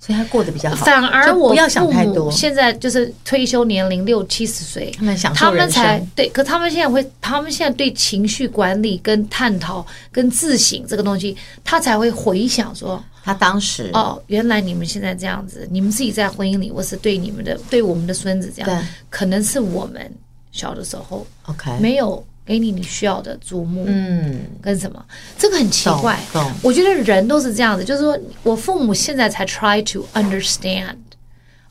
[SPEAKER 1] 所以他过得比较好。
[SPEAKER 2] 反而
[SPEAKER 1] 就
[SPEAKER 2] 我
[SPEAKER 1] 不要想
[SPEAKER 2] 父
[SPEAKER 1] 太
[SPEAKER 2] 母
[SPEAKER 1] 多
[SPEAKER 2] 现在就是退休年龄六七十岁，
[SPEAKER 1] 他们享
[SPEAKER 2] 他
[SPEAKER 1] 受
[SPEAKER 2] 们
[SPEAKER 1] 人
[SPEAKER 2] 才
[SPEAKER 1] 生，
[SPEAKER 2] 对，可他们现在会，他们现在对情绪管理、跟探讨、跟自省这个东西，他才会回想说，
[SPEAKER 1] 他当时
[SPEAKER 2] 哦，原来你们现在这样子，你们自己在婚姻里，我是对你们的、对我们的孙子这
[SPEAKER 1] 对
[SPEAKER 2] 样，可能是我们小的时候
[SPEAKER 1] OK，
[SPEAKER 2] 没有给你你需要的瞩目
[SPEAKER 1] 嗯，
[SPEAKER 2] 跟什么，这个很奇怪
[SPEAKER 1] 懂懂。
[SPEAKER 2] 我觉得人都是这样子，就是说我父母现在才 try to understand，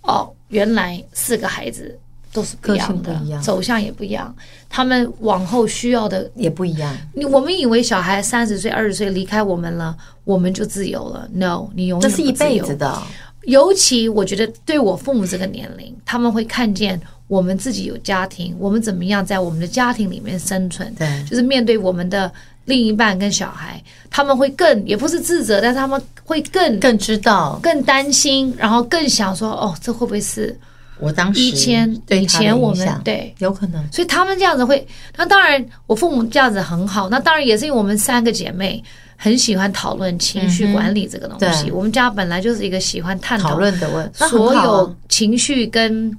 [SPEAKER 2] 哦，原来四个孩子都是不一样
[SPEAKER 1] 个
[SPEAKER 2] 的
[SPEAKER 1] 性不一样
[SPEAKER 2] 走向也不一样，他们往后需要的。
[SPEAKER 1] 也不一样，
[SPEAKER 2] 你我们以为小孩三十岁、二十岁离开我们了，我们就自由了。No，你永
[SPEAKER 1] 这
[SPEAKER 2] 远
[SPEAKER 1] 是一
[SPEAKER 2] 不自
[SPEAKER 1] 辈
[SPEAKER 2] 由
[SPEAKER 1] 子的，
[SPEAKER 2] 尤其我觉得对我父母这个年龄，他们会看见我们自己有家庭，我们怎么样在我们的家庭里面生存，
[SPEAKER 1] 对
[SPEAKER 2] 就是面对我们的另一半跟小孩，他们会更也不是自责，但他们会更
[SPEAKER 1] 更知道
[SPEAKER 2] 更担心，然后更想说，哦，这会不会是
[SPEAKER 1] 我当时
[SPEAKER 2] 以前
[SPEAKER 1] 对
[SPEAKER 2] 以
[SPEAKER 1] 他的
[SPEAKER 2] 前我
[SPEAKER 1] 影
[SPEAKER 2] 们
[SPEAKER 1] 响，
[SPEAKER 2] 对。
[SPEAKER 1] 有可能
[SPEAKER 2] 所以他们这样子会，那当然我父母这样子很好，那当然也是因为我们三个姐妹很喜欢讨论情绪管理这个东西，
[SPEAKER 1] 嗯对
[SPEAKER 2] 我们家本来就是一个喜欢探
[SPEAKER 1] 讨
[SPEAKER 2] 讨
[SPEAKER 1] 论的问，那很
[SPEAKER 2] 所
[SPEAKER 1] 好啊
[SPEAKER 2] 有情绪跟。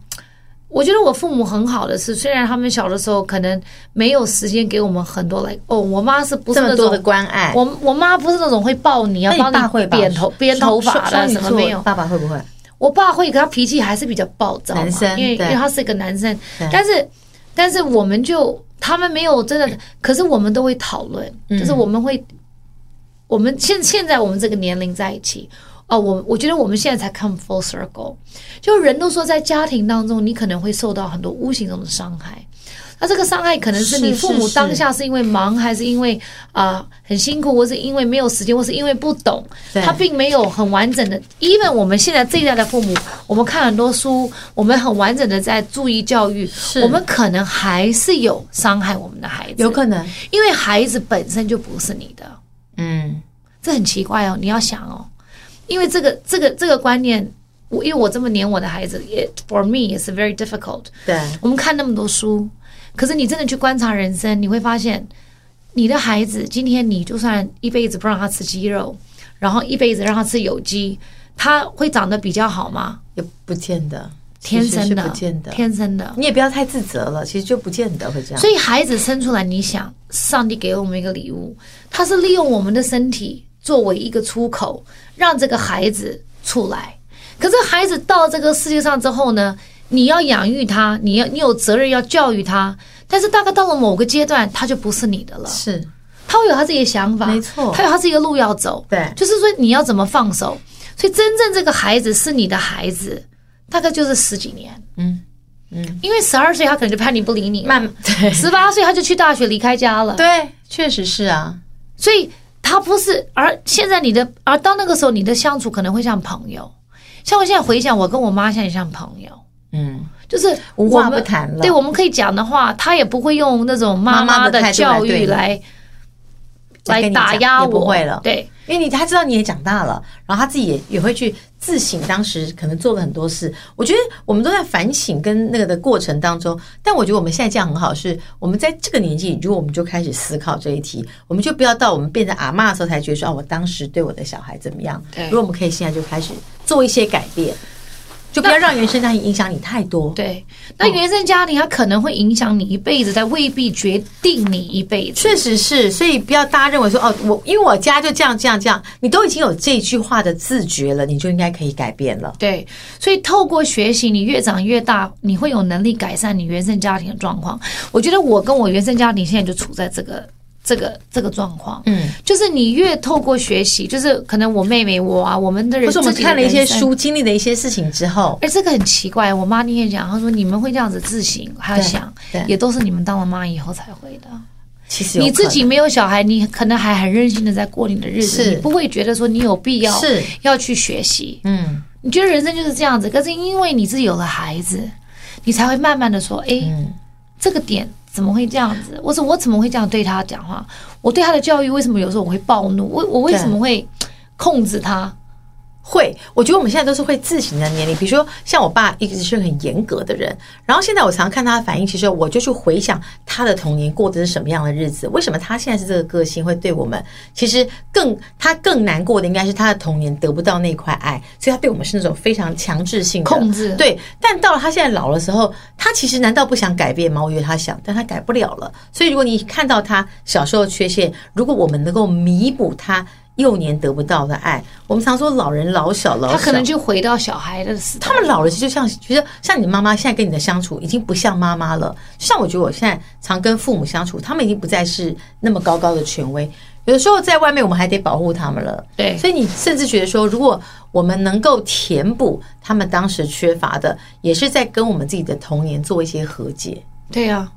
[SPEAKER 2] 我觉得我父母很好的是，虽然他们小的时候可能没有时间给我们很多来哦，我妈是不是
[SPEAKER 1] 这
[SPEAKER 2] 那
[SPEAKER 1] 么多
[SPEAKER 2] 种
[SPEAKER 1] 的关爱，
[SPEAKER 2] 我我妈不是那种会抱你要
[SPEAKER 1] 那你
[SPEAKER 2] 帮
[SPEAKER 1] 爸会吧
[SPEAKER 2] 编头编头发
[SPEAKER 1] 双双
[SPEAKER 2] 的什
[SPEAKER 1] 鱼
[SPEAKER 2] 么
[SPEAKER 1] 座
[SPEAKER 2] 没有，
[SPEAKER 1] 爸爸会不会？
[SPEAKER 2] 我爸会，可他脾气还是比较暴躁嘛，
[SPEAKER 1] 男生
[SPEAKER 2] 因为因
[SPEAKER 1] 对
[SPEAKER 2] 为他是个男生
[SPEAKER 1] 对，
[SPEAKER 2] 但是但是我们就他们没有真的，可是我们都会讨论，
[SPEAKER 1] 嗯
[SPEAKER 2] 就是我们会，我们现现在我们这个年龄在一起。哦，我我觉得我们现在才 come full circle，就人都说在家庭当中，你可能会受到很多无形中的伤害，那这个伤害可能是你
[SPEAKER 1] 是是
[SPEAKER 2] 父母
[SPEAKER 1] 是
[SPEAKER 2] 当下是因为忙，还是因为啊、呃很辛苦，或是因为没有时间，或是因为不懂，
[SPEAKER 1] 对
[SPEAKER 2] 他并没有很完整的。even 我们现在这一代的父母，我们看很多书，我们很完整的在注意教育，我们可能还是有伤害我们的孩子，
[SPEAKER 1] 有可能，
[SPEAKER 2] 因为孩子本身就不是你的，
[SPEAKER 1] 嗯，
[SPEAKER 2] 这很奇怪哦。你要想哦，因为这个这个这个观念，我因为我这么黏我的孩子，也 for me 也是 very difficult。
[SPEAKER 1] 对，
[SPEAKER 2] 我们看那么多书，可是你真的去观察人生，你会发现，你的孩子今天你就算一辈子不让他吃鸡肉，然后一辈子让他吃有机，他会长得比较好吗？
[SPEAKER 1] 也不见得，其
[SPEAKER 2] 天
[SPEAKER 1] 实
[SPEAKER 2] 生
[SPEAKER 1] 是
[SPEAKER 2] 的，
[SPEAKER 1] 不见得。
[SPEAKER 2] 天生的。
[SPEAKER 1] 你也不要太自责了，其实就不见得会这样。
[SPEAKER 2] 所以孩子生出来，你想，上帝给我们一个礼物，他是利用我们的身体作为一个出口，让这个孩子出来。可是孩子到这个世界上之后呢，你要养育他，你要你有责任要教育他，但是大概到了某个阶段，他就不是你的了，
[SPEAKER 1] 是
[SPEAKER 2] 他会有他自己的想法，
[SPEAKER 1] 没错
[SPEAKER 2] 他有他自己的路要走，
[SPEAKER 1] 对
[SPEAKER 2] 就是说你要怎么放手。所以真正这个孩子是你的孩子，大概就是十几年，
[SPEAKER 1] 嗯
[SPEAKER 2] 嗯，因为十二岁他可能就叛逆不理你了，
[SPEAKER 1] 慢，对
[SPEAKER 2] 十八岁他就去大学离开家了，
[SPEAKER 1] 对，确实是啊，
[SPEAKER 2] 所以他不是。而现在你的，而到那个时候你的相处可能会像朋友，像我现在回想，我跟我妈现在像朋友，
[SPEAKER 1] 嗯，
[SPEAKER 2] 就是
[SPEAKER 1] 无话
[SPEAKER 2] 我们
[SPEAKER 1] 不谈了
[SPEAKER 2] 对，我们可以讲的话，他也不会用那种妈
[SPEAKER 1] 妈妈的
[SPEAKER 2] 的
[SPEAKER 1] 态度来
[SPEAKER 2] 教
[SPEAKER 1] 对你
[SPEAKER 2] 育来
[SPEAKER 1] 来跟你讲
[SPEAKER 2] 打压
[SPEAKER 1] 也不
[SPEAKER 2] 我，
[SPEAKER 1] 会了
[SPEAKER 2] 对。
[SPEAKER 1] 因为你他知道你也长大了，然后他自己也也会去自省当时可能做了很多事。我觉得我们都在反省跟那个的过程当中，但我觉得我们现在这样很好，是我们在这个年纪，如果我们就开始思考这一题，我们就不要到我们变成阿嬷的时候才觉得说啊，我当时对我的小孩怎么样。
[SPEAKER 2] 对
[SPEAKER 1] 如果我们可以现在就开始做一些改变，就不要让原生家庭影响你太多。
[SPEAKER 2] 对，那
[SPEAKER 1] 哦
[SPEAKER 2] 原生家庭它可能会影响你一辈子，但未必决定你一辈子。
[SPEAKER 1] 确实是，所以不要大家认为说哦，我因为我家就这样这样这样，你都已经有这句话的自觉了，你就应该可以改变了。
[SPEAKER 2] 对，所以透过学习，你越长越大，你会有能力改善你原生家庭的状况。我觉得我跟我原生家庭现在就处在这个这个这个状况。
[SPEAKER 1] 嗯，
[SPEAKER 2] 就是你越透过学习，就是可能我妹妹我啊，我们的人，
[SPEAKER 1] 或是我们
[SPEAKER 2] 自己的
[SPEAKER 1] 看了一些
[SPEAKER 2] 人生
[SPEAKER 1] 书，经历了一些事情之后，
[SPEAKER 2] 哎，这个很奇怪。我妈那天讲，她说你们会这样子自省，还有
[SPEAKER 1] 对
[SPEAKER 2] 想
[SPEAKER 1] 对，
[SPEAKER 2] 也都是你们当了妈以后才会的。
[SPEAKER 1] 其实有
[SPEAKER 2] 你自己
[SPEAKER 1] 可
[SPEAKER 2] 没有小孩，你可能还很任性的在过你的日子，
[SPEAKER 1] 是
[SPEAKER 2] 你不会觉得说你有必要
[SPEAKER 1] 能是
[SPEAKER 2] 要去学习。
[SPEAKER 1] 嗯
[SPEAKER 2] 你觉得人生就是这样子，可是因为你自己有了孩子，你才会慢慢的说，哎、
[SPEAKER 1] 嗯
[SPEAKER 2] 这个点怎么会这样子？我怎我怎么会这样对他讲话？我对他的教育为什么有时候我会暴怒？我我为
[SPEAKER 1] 对
[SPEAKER 2] 什么会控制他？
[SPEAKER 1] 会，我觉得我们现在都是会自省的年龄。比如说，像我爸一直是很严格的人，然后现在我常看他的反应，其实我就去回想他的童年过的是什么样的日子，为什么他现在是这个个性，会对我们其实更他更难过的应该是他的童年得不到那块爱，所以他对我们是那种非常强制性的
[SPEAKER 2] 控制
[SPEAKER 1] 对，但到了他现在老的时候，他其实难道不想改变吗？我觉得他想，但他改不了了。所以如果你看到他小时候的缺陷，如果我们能够弥补他幼年得不到的爱，我们常说老人老小老小，
[SPEAKER 2] 他可能就回到小孩的时代
[SPEAKER 1] 他。们老了，就像觉得像你妈妈现在跟你的相处已经不像妈妈了。就像我觉得我现在常跟父母相处，他们已经不再是那么高高的权威。有的时候在外面，我们还得保护他们了。
[SPEAKER 2] 对
[SPEAKER 1] 所以你甚至觉得说，如果我们能够填补他们当时缺乏的，也是在跟我们自己的童年做一些和解。
[SPEAKER 2] 对呀、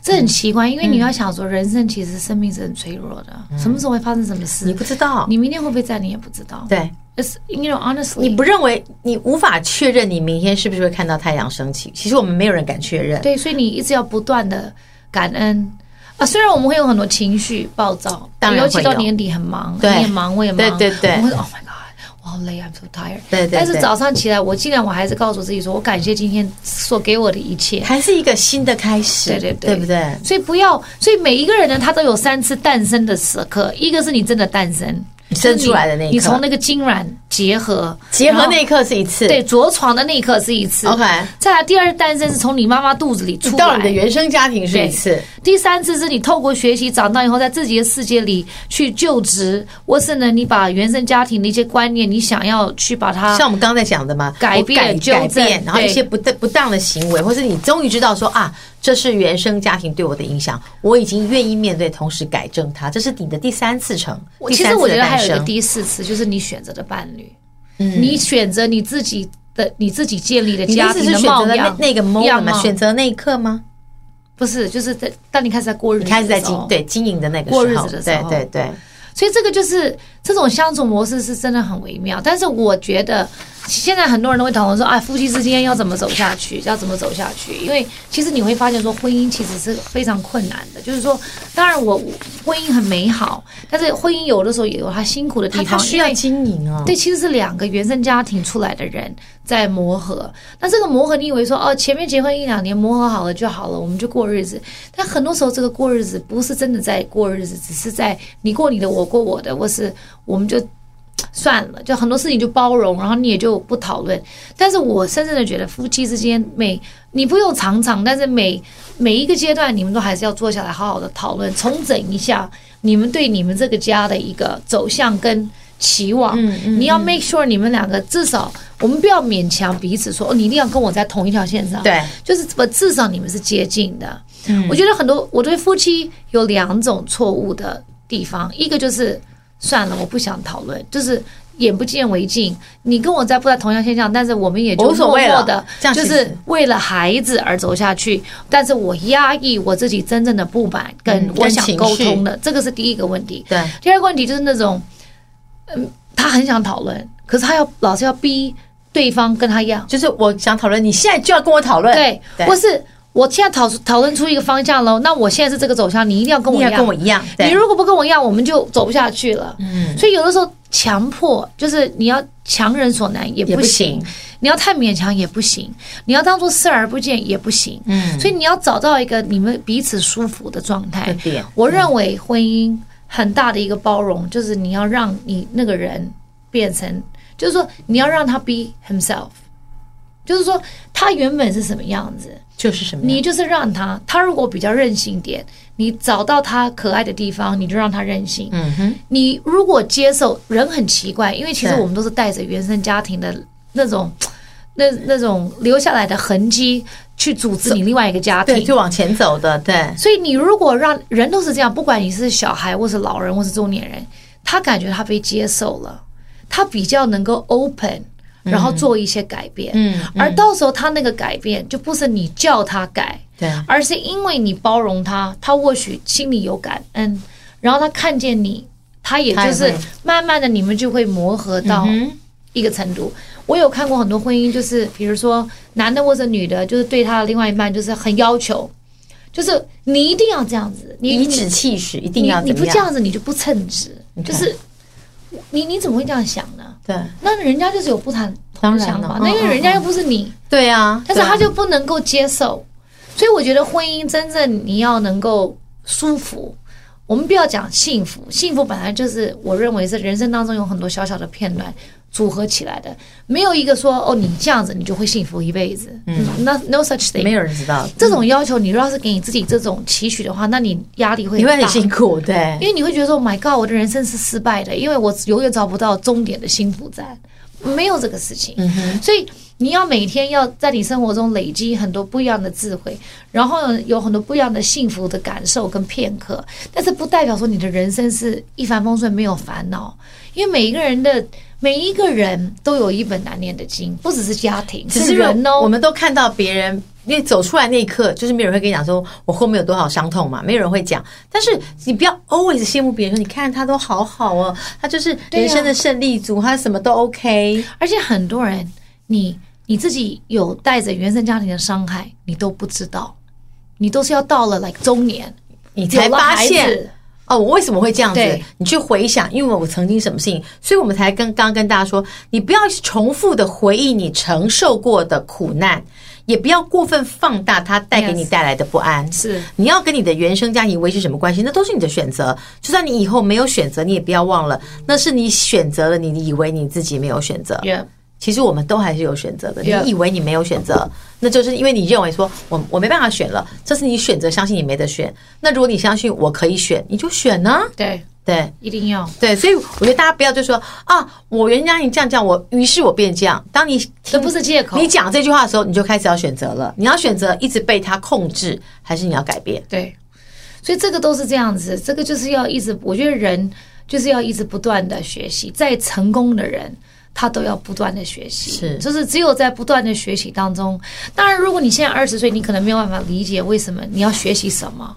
[SPEAKER 2] 这很
[SPEAKER 1] 嗯
[SPEAKER 2] 奇怪，因为你要想说，人生其实生命是很脆弱的，什么时候会发生什么
[SPEAKER 1] 你
[SPEAKER 2] 事，
[SPEAKER 1] 不知道，
[SPEAKER 2] 你明天会不会在，你也不知道。
[SPEAKER 1] 对，
[SPEAKER 2] It's you know
[SPEAKER 1] 你
[SPEAKER 2] honestly，
[SPEAKER 1] 不认为你无法确认你明天是不是会看到太阳升起。其实我们没有人敢确认。
[SPEAKER 2] 对，所以你一直要不断的感恩啊。虽然我们会有很多情绪暴躁，
[SPEAKER 1] 当然
[SPEAKER 2] 尤
[SPEAKER 1] 会
[SPEAKER 2] 其到
[SPEAKER 1] 有
[SPEAKER 2] 年底很忙，你
[SPEAKER 1] 对
[SPEAKER 2] 也忙，我也忙，
[SPEAKER 1] 对对对
[SPEAKER 2] 我会说 Oh my God，我好累，I'm so tired。
[SPEAKER 1] 对对对
[SPEAKER 2] 但是早上起来，我尽量我还是告诉自己说，我感谢今天所给我的一切。
[SPEAKER 1] 还是一个新的开始，
[SPEAKER 2] 对对对
[SPEAKER 1] 对不对？
[SPEAKER 2] 所以不要，所以每一个人呢，他都有三次诞生的时刻，一个是你真的诞生，
[SPEAKER 1] 生出来的那一刻
[SPEAKER 2] 你从那个精卵结合，
[SPEAKER 1] 结合
[SPEAKER 2] 然后
[SPEAKER 1] 那一刻是一次，
[SPEAKER 2] 对着床的那一刻是一次
[SPEAKER 1] OK
[SPEAKER 2] 再来第二次诞生是从你妈妈肚子里出
[SPEAKER 1] 你
[SPEAKER 2] 来，
[SPEAKER 1] 到你的原生家庭是一次，
[SPEAKER 2] 第三次是你透过学习长大以后，在自己的世界里去就职，或是呢，你把原生家庭的一些观念，你想要去把它
[SPEAKER 1] 像我们刚才讲的嘛，
[SPEAKER 2] 啊改
[SPEAKER 1] 我
[SPEAKER 2] 变
[SPEAKER 1] 改
[SPEAKER 2] 纠
[SPEAKER 1] 改
[SPEAKER 2] 正
[SPEAKER 1] 变，然后
[SPEAKER 2] 对
[SPEAKER 1] 一些不当不当的行为，或是你终于知道说啊，这是原生家庭对我的影响，我已经愿意面对，同时改正它，这是你的第三次成，第
[SPEAKER 2] 其
[SPEAKER 1] 三
[SPEAKER 2] 实
[SPEAKER 1] 次
[SPEAKER 2] 我觉
[SPEAKER 1] 的
[SPEAKER 2] 得
[SPEAKER 1] 诞
[SPEAKER 2] 还有一个
[SPEAKER 1] 生。嗯
[SPEAKER 2] 第四次，就是你选择的伴侣，你选择你自己的你自己建立的
[SPEAKER 1] 你的
[SPEAKER 2] 家
[SPEAKER 1] 意思
[SPEAKER 2] 庭
[SPEAKER 1] 是选择
[SPEAKER 2] 貌
[SPEAKER 1] 了那
[SPEAKER 2] 样，
[SPEAKER 1] 那个 moment
[SPEAKER 2] 样
[SPEAKER 1] 吗？
[SPEAKER 2] 貌
[SPEAKER 1] 选择那一刻吗？
[SPEAKER 2] 不是就是在当你开始在过日子
[SPEAKER 1] 你
[SPEAKER 2] 的时候，哦
[SPEAKER 1] 开始在经对经营的那个
[SPEAKER 2] 过
[SPEAKER 1] 时
[SPEAKER 2] 日
[SPEAKER 1] 候，
[SPEAKER 2] 子的时
[SPEAKER 1] 对
[SPEAKER 2] 候
[SPEAKER 1] 对对，
[SPEAKER 2] 所以这个就是这种相处模式是真的很微妙。但是我觉得现在很多人都会讨论说，啊，夫妻之间要怎么走下去，要怎么走下去？因为其实你会发现说，婚姻其实是非常困难的。就是说，当然我婚姻很美好，但是婚姻有的时候也有它辛苦的地
[SPEAKER 1] 他
[SPEAKER 2] 方，
[SPEAKER 1] 他啊需
[SPEAKER 2] 因
[SPEAKER 1] 要
[SPEAKER 2] 为
[SPEAKER 1] 经营哦，
[SPEAKER 2] 对，其实是两个原生家庭出来的人在磨合。那这个磨合，你以为说哦，前面结婚一两年磨合好了就好了，我们就过日子。但很多时候，这个过日子不是真的在过日子，只是在你过你的，我过我的，或是我们就算了，就很多事情就包容，然后你也就不讨论。但是我深深的觉得，夫妻之间每你不用常常，但是每每一个阶段，你们都还是要坐下来好好的讨论，重整一下你们对你们这个家的一个走向跟期望。
[SPEAKER 1] 嗯嗯
[SPEAKER 2] 你要 make sure 你们两个至少，我们不要勉强彼此说，哦，你一定要跟我在同一条线上。
[SPEAKER 1] 对，
[SPEAKER 2] 就是我至少你们是接近的。
[SPEAKER 1] 嗯
[SPEAKER 2] 我觉得很多我对夫妻有两种错误的地方，一个就是算了，我不想讨论，就是。眼不见为净，你跟我在不在同样现象，但是我们也就
[SPEAKER 1] 无所
[SPEAKER 2] 默
[SPEAKER 1] 谓了
[SPEAKER 2] 默的
[SPEAKER 1] 这，样
[SPEAKER 2] 就
[SPEAKER 1] 其实
[SPEAKER 2] 是为了孩子而走下去。但是我压抑我自己真正的不满，跟
[SPEAKER 1] 嗯
[SPEAKER 2] 我想
[SPEAKER 1] 跟情
[SPEAKER 2] 沟
[SPEAKER 1] 绪
[SPEAKER 2] 通的，这个是第一个问题。
[SPEAKER 1] 对，
[SPEAKER 2] 第二个问题就是那种，嗯，他很想讨论，可是他要老是要逼对方跟他一样，
[SPEAKER 1] 就是我想讨论，你现在就要跟我讨论，
[SPEAKER 2] 对，或是我现在讨讨论出一个方向喽，那我现在是这个走向，你一定要跟我
[SPEAKER 1] 你
[SPEAKER 2] 一
[SPEAKER 1] 要
[SPEAKER 2] 样。
[SPEAKER 1] 跟我一样，
[SPEAKER 2] 你
[SPEAKER 1] 对，
[SPEAKER 2] 如果不跟我一样，我们就走不下去了。
[SPEAKER 1] 嗯，
[SPEAKER 2] 所以有的时候强迫就是你要强人所难也
[SPEAKER 1] 也
[SPEAKER 2] 不
[SPEAKER 1] 不
[SPEAKER 2] 行，
[SPEAKER 1] 行
[SPEAKER 2] 你要太勉强也不行，你要当做视而不见也不行。
[SPEAKER 1] 嗯
[SPEAKER 2] 所以你要找到一个你们彼此舒服的状态
[SPEAKER 1] 会变。
[SPEAKER 2] 我认为婚姻很大的一个包容，就是你要让你那个人变成，就是说你要让他 be himself，就是说他原本是什么样子，
[SPEAKER 1] 就是什么样
[SPEAKER 2] 你就是让他，他如果比较任性点，你找到他可爱的地方，你就让他任性。
[SPEAKER 1] 嗯哼，
[SPEAKER 2] 你如果接受，人很奇怪，因为其实
[SPEAKER 1] 对
[SPEAKER 2] 我们都是带着原生家庭的那种那那种留下来的痕迹去组织你另外一个家
[SPEAKER 1] 对，
[SPEAKER 2] 庭。
[SPEAKER 1] 就往前走的，对，
[SPEAKER 2] 所以你如果让人都是这样，不管你是小孩或是老人或是中年人，他感觉他被接受了，他比较能够 open，然后做一些改变。
[SPEAKER 1] 嗯，
[SPEAKER 2] 而到时候他那个改变就不是你叫他改，
[SPEAKER 1] 对，
[SPEAKER 2] 而是因为你包容他，他或许心里有感恩，然后他看见你，他也就
[SPEAKER 1] 他也
[SPEAKER 2] 是
[SPEAKER 1] 会嗯
[SPEAKER 2] 慢慢的你们就会磨合到一个程度。我有看过很多婚姻，就是比如说男的或者女的，就是对他的另外一半就是很要求，就是你一定要这样子，你
[SPEAKER 1] 颐指气使，一定要
[SPEAKER 2] 你你
[SPEAKER 1] 怎
[SPEAKER 2] 不
[SPEAKER 1] 么
[SPEAKER 2] 这
[SPEAKER 1] 样？
[SPEAKER 2] 样子你就不称职，就是你你怎么会这样想呢？
[SPEAKER 1] 对，
[SPEAKER 2] 那人家就是有不谈
[SPEAKER 1] 当
[SPEAKER 2] 同
[SPEAKER 1] 然
[SPEAKER 2] 想
[SPEAKER 1] 了
[SPEAKER 2] 法，
[SPEAKER 1] 嗯
[SPEAKER 2] 那因为
[SPEAKER 1] 嗯
[SPEAKER 2] 人家又不是你。
[SPEAKER 1] 对啊，
[SPEAKER 2] 但是
[SPEAKER 1] 对啊
[SPEAKER 2] 他就不能够接受。所以我觉得婚姻真正你要能够舒服，我们不要讲幸福，幸福本来就是我认为是人生当中有很多小小的片段组合起来的，没有一个说哦你这样子你就会幸福一辈子，嗯，no no such thing。
[SPEAKER 1] 没有人知道，
[SPEAKER 2] 这种要求，你要是给你自己这种期许的话，那你压力会
[SPEAKER 1] 你会
[SPEAKER 2] 很
[SPEAKER 1] 很
[SPEAKER 2] 大。
[SPEAKER 1] 辛苦，对
[SPEAKER 2] 因为你会觉得说，Oh my God，我的人生是失败的，因为我永远找不到终点的幸福在，没有这个事情。所以你要每天要在你生活中累积很多不一样的智慧，然后有很多不一样的幸福的感受跟片刻，但是不代表说你的人生是一帆风顺，没有烦恼，因为每一个人的。每一个人都有一本难念的经，不只是家庭，
[SPEAKER 1] 只
[SPEAKER 2] 是
[SPEAKER 1] 是
[SPEAKER 2] 人哦。
[SPEAKER 1] 我们都看到别人，因为走出来那一刻，就是没有人会跟你讲说我后面有多少伤痛嘛，没有人会讲。但是你不要 always 羡慕别人说，你看他都好好哦，他就是
[SPEAKER 2] 对啊
[SPEAKER 1] 人生的胜利组，他什么都 OK。
[SPEAKER 2] 而且很多人，你你自己有带着原生家庭的伤害，你都不知道，你都是要到了 like 中年，
[SPEAKER 1] 你才
[SPEAKER 2] 有了
[SPEAKER 1] 发
[SPEAKER 2] 孩子
[SPEAKER 1] 现。哦，我为什么会这样子
[SPEAKER 2] 对？
[SPEAKER 1] 你去回想，因为我曾经什么事情，所以我们才跟刚刚跟大家说，你不要重复的回忆你承受过的苦难，也不要过分放大它带给你
[SPEAKER 2] Yes
[SPEAKER 1] 带来的不安。
[SPEAKER 2] 是
[SPEAKER 1] 你要跟你的原生家庭维持什么关系，那都是你的选择。就算你以后没有选择，你也不要忘了，那是你选择了，你以为你自己没有选择。
[SPEAKER 2] yeah,
[SPEAKER 1] 其实我们都还是有选择的。你
[SPEAKER 2] Yeah.
[SPEAKER 1] 以为你没有选择，那就是因为你认为说我我没办法选了，这是你选择相信你没得选。那如果你相信我可以选，你就选呢、
[SPEAKER 2] 对，
[SPEAKER 1] 对
[SPEAKER 2] 一定要
[SPEAKER 1] 对，所以我觉得大家不要就说啊，我原谅你这样讲，我于是我变这样。当你
[SPEAKER 2] 这
[SPEAKER 1] 听
[SPEAKER 2] 不是借口
[SPEAKER 1] 你，讲这句话的时候，你就开始要选择了。你要选择一直被他控制，还是你要改变？
[SPEAKER 2] 对，所以这个都是这样子，这个就是要一直，我觉得人就是要一直不断的学习，再成功的人。他都要不断的学习，
[SPEAKER 1] 是
[SPEAKER 2] 就是只有在不断的学习当中。当然，如果你现在二十岁，你可能没有办法理解为什么你要学习什么，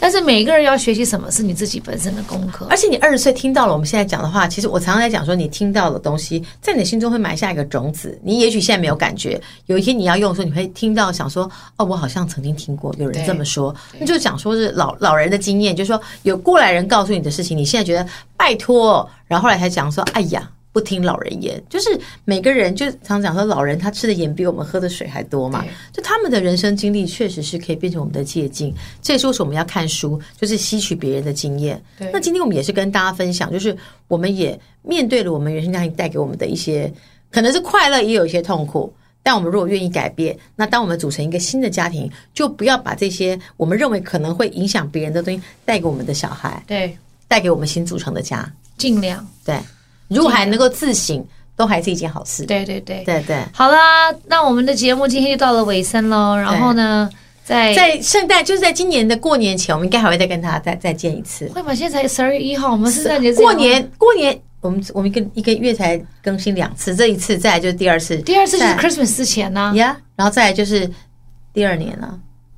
[SPEAKER 2] 但是每一个人要学习什么是你自己本身的功课。
[SPEAKER 1] 而且你二十岁听到了我们现在讲的话，其实我常常在讲说，你听到的东西在你的心中会埋下一个种子。你也许现在没有感觉，有一天你要用的时候，你会听到想说，哦，我好像曾经听过有人这么说。那就讲说是老老人的经验，就是说有过来人告诉你的事情，你现在觉得拜托，然后后来才讲说，哎呀。不听老人言，就是每个人就常讲说，老人他吃的盐比我们喝的水还多嘛
[SPEAKER 2] 对。
[SPEAKER 1] 就他们的人生经历确实是可以变成我们的借鉴，这也是为什么我们要看书，就是吸取别人的经验。
[SPEAKER 2] 对
[SPEAKER 1] 那今天我们也是跟大家分享，就是我们也面对了我们原生家庭带给我们的一些，可能是快乐，也有一些痛苦。但我们如果愿意改变，那当我们组成一个新的家庭，就不要把这些我们认为可能会影响别人的东西带给我们的小孩，
[SPEAKER 2] 对，
[SPEAKER 1] 带给我们新组成的家。
[SPEAKER 2] 尽量，
[SPEAKER 1] 对，如果还能够自省，都还是一件好事。
[SPEAKER 2] 对对对。
[SPEAKER 1] 对对，
[SPEAKER 2] 好啦，那我们的节目今天就到了尾声喽。然后呢，在
[SPEAKER 1] 在圣诞就是在今年的过年前，我们应该还会再跟他再再见一次。
[SPEAKER 2] 会吗？现在才十二月一号，我们圣诞节之前
[SPEAKER 1] 过年过年，我们我们一个一个月才更新两次，这一次再来就是第二次，
[SPEAKER 2] 第二次就是
[SPEAKER 1] 再来
[SPEAKER 2] Christmas 之前呢、
[SPEAKER 1] 呀然后再来就是第二年了。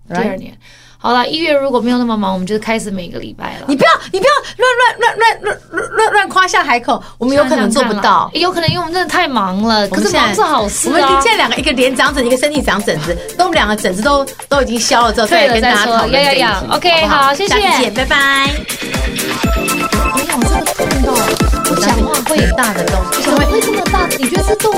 [SPEAKER 2] 第二
[SPEAKER 1] right？
[SPEAKER 2] 年。好了，一月如果没有那么忙，我们就开始每个礼拜了。
[SPEAKER 1] 你不要，你不要乱乱乱乱乱乱乱夸下海口，我们有可能做不到。
[SPEAKER 2] 有可能因为我们真的太忙了。
[SPEAKER 1] 我
[SPEAKER 2] 可
[SPEAKER 1] 们
[SPEAKER 2] 是
[SPEAKER 1] 现在
[SPEAKER 2] 忙是好事
[SPEAKER 1] 我们
[SPEAKER 2] 啊
[SPEAKER 1] 现。在两个，一个脸长疹，一个身体长疹子，等我们两个疹子都都已经消了之后，
[SPEAKER 2] 退
[SPEAKER 1] 再来
[SPEAKER 2] 了
[SPEAKER 1] 跟
[SPEAKER 2] 再
[SPEAKER 1] 大家
[SPEAKER 2] 说
[SPEAKER 1] 讨论
[SPEAKER 2] 呀呀
[SPEAKER 1] 这一
[SPEAKER 2] 呀
[SPEAKER 1] 题
[SPEAKER 2] ，OK，
[SPEAKER 1] 不
[SPEAKER 2] 好谢谢
[SPEAKER 1] 下次见，拜 拜。
[SPEAKER 2] 哎呀，我这个痛到我讲话会
[SPEAKER 1] 大的东西，
[SPEAKER 2] 讲话会这么大，你觉得是动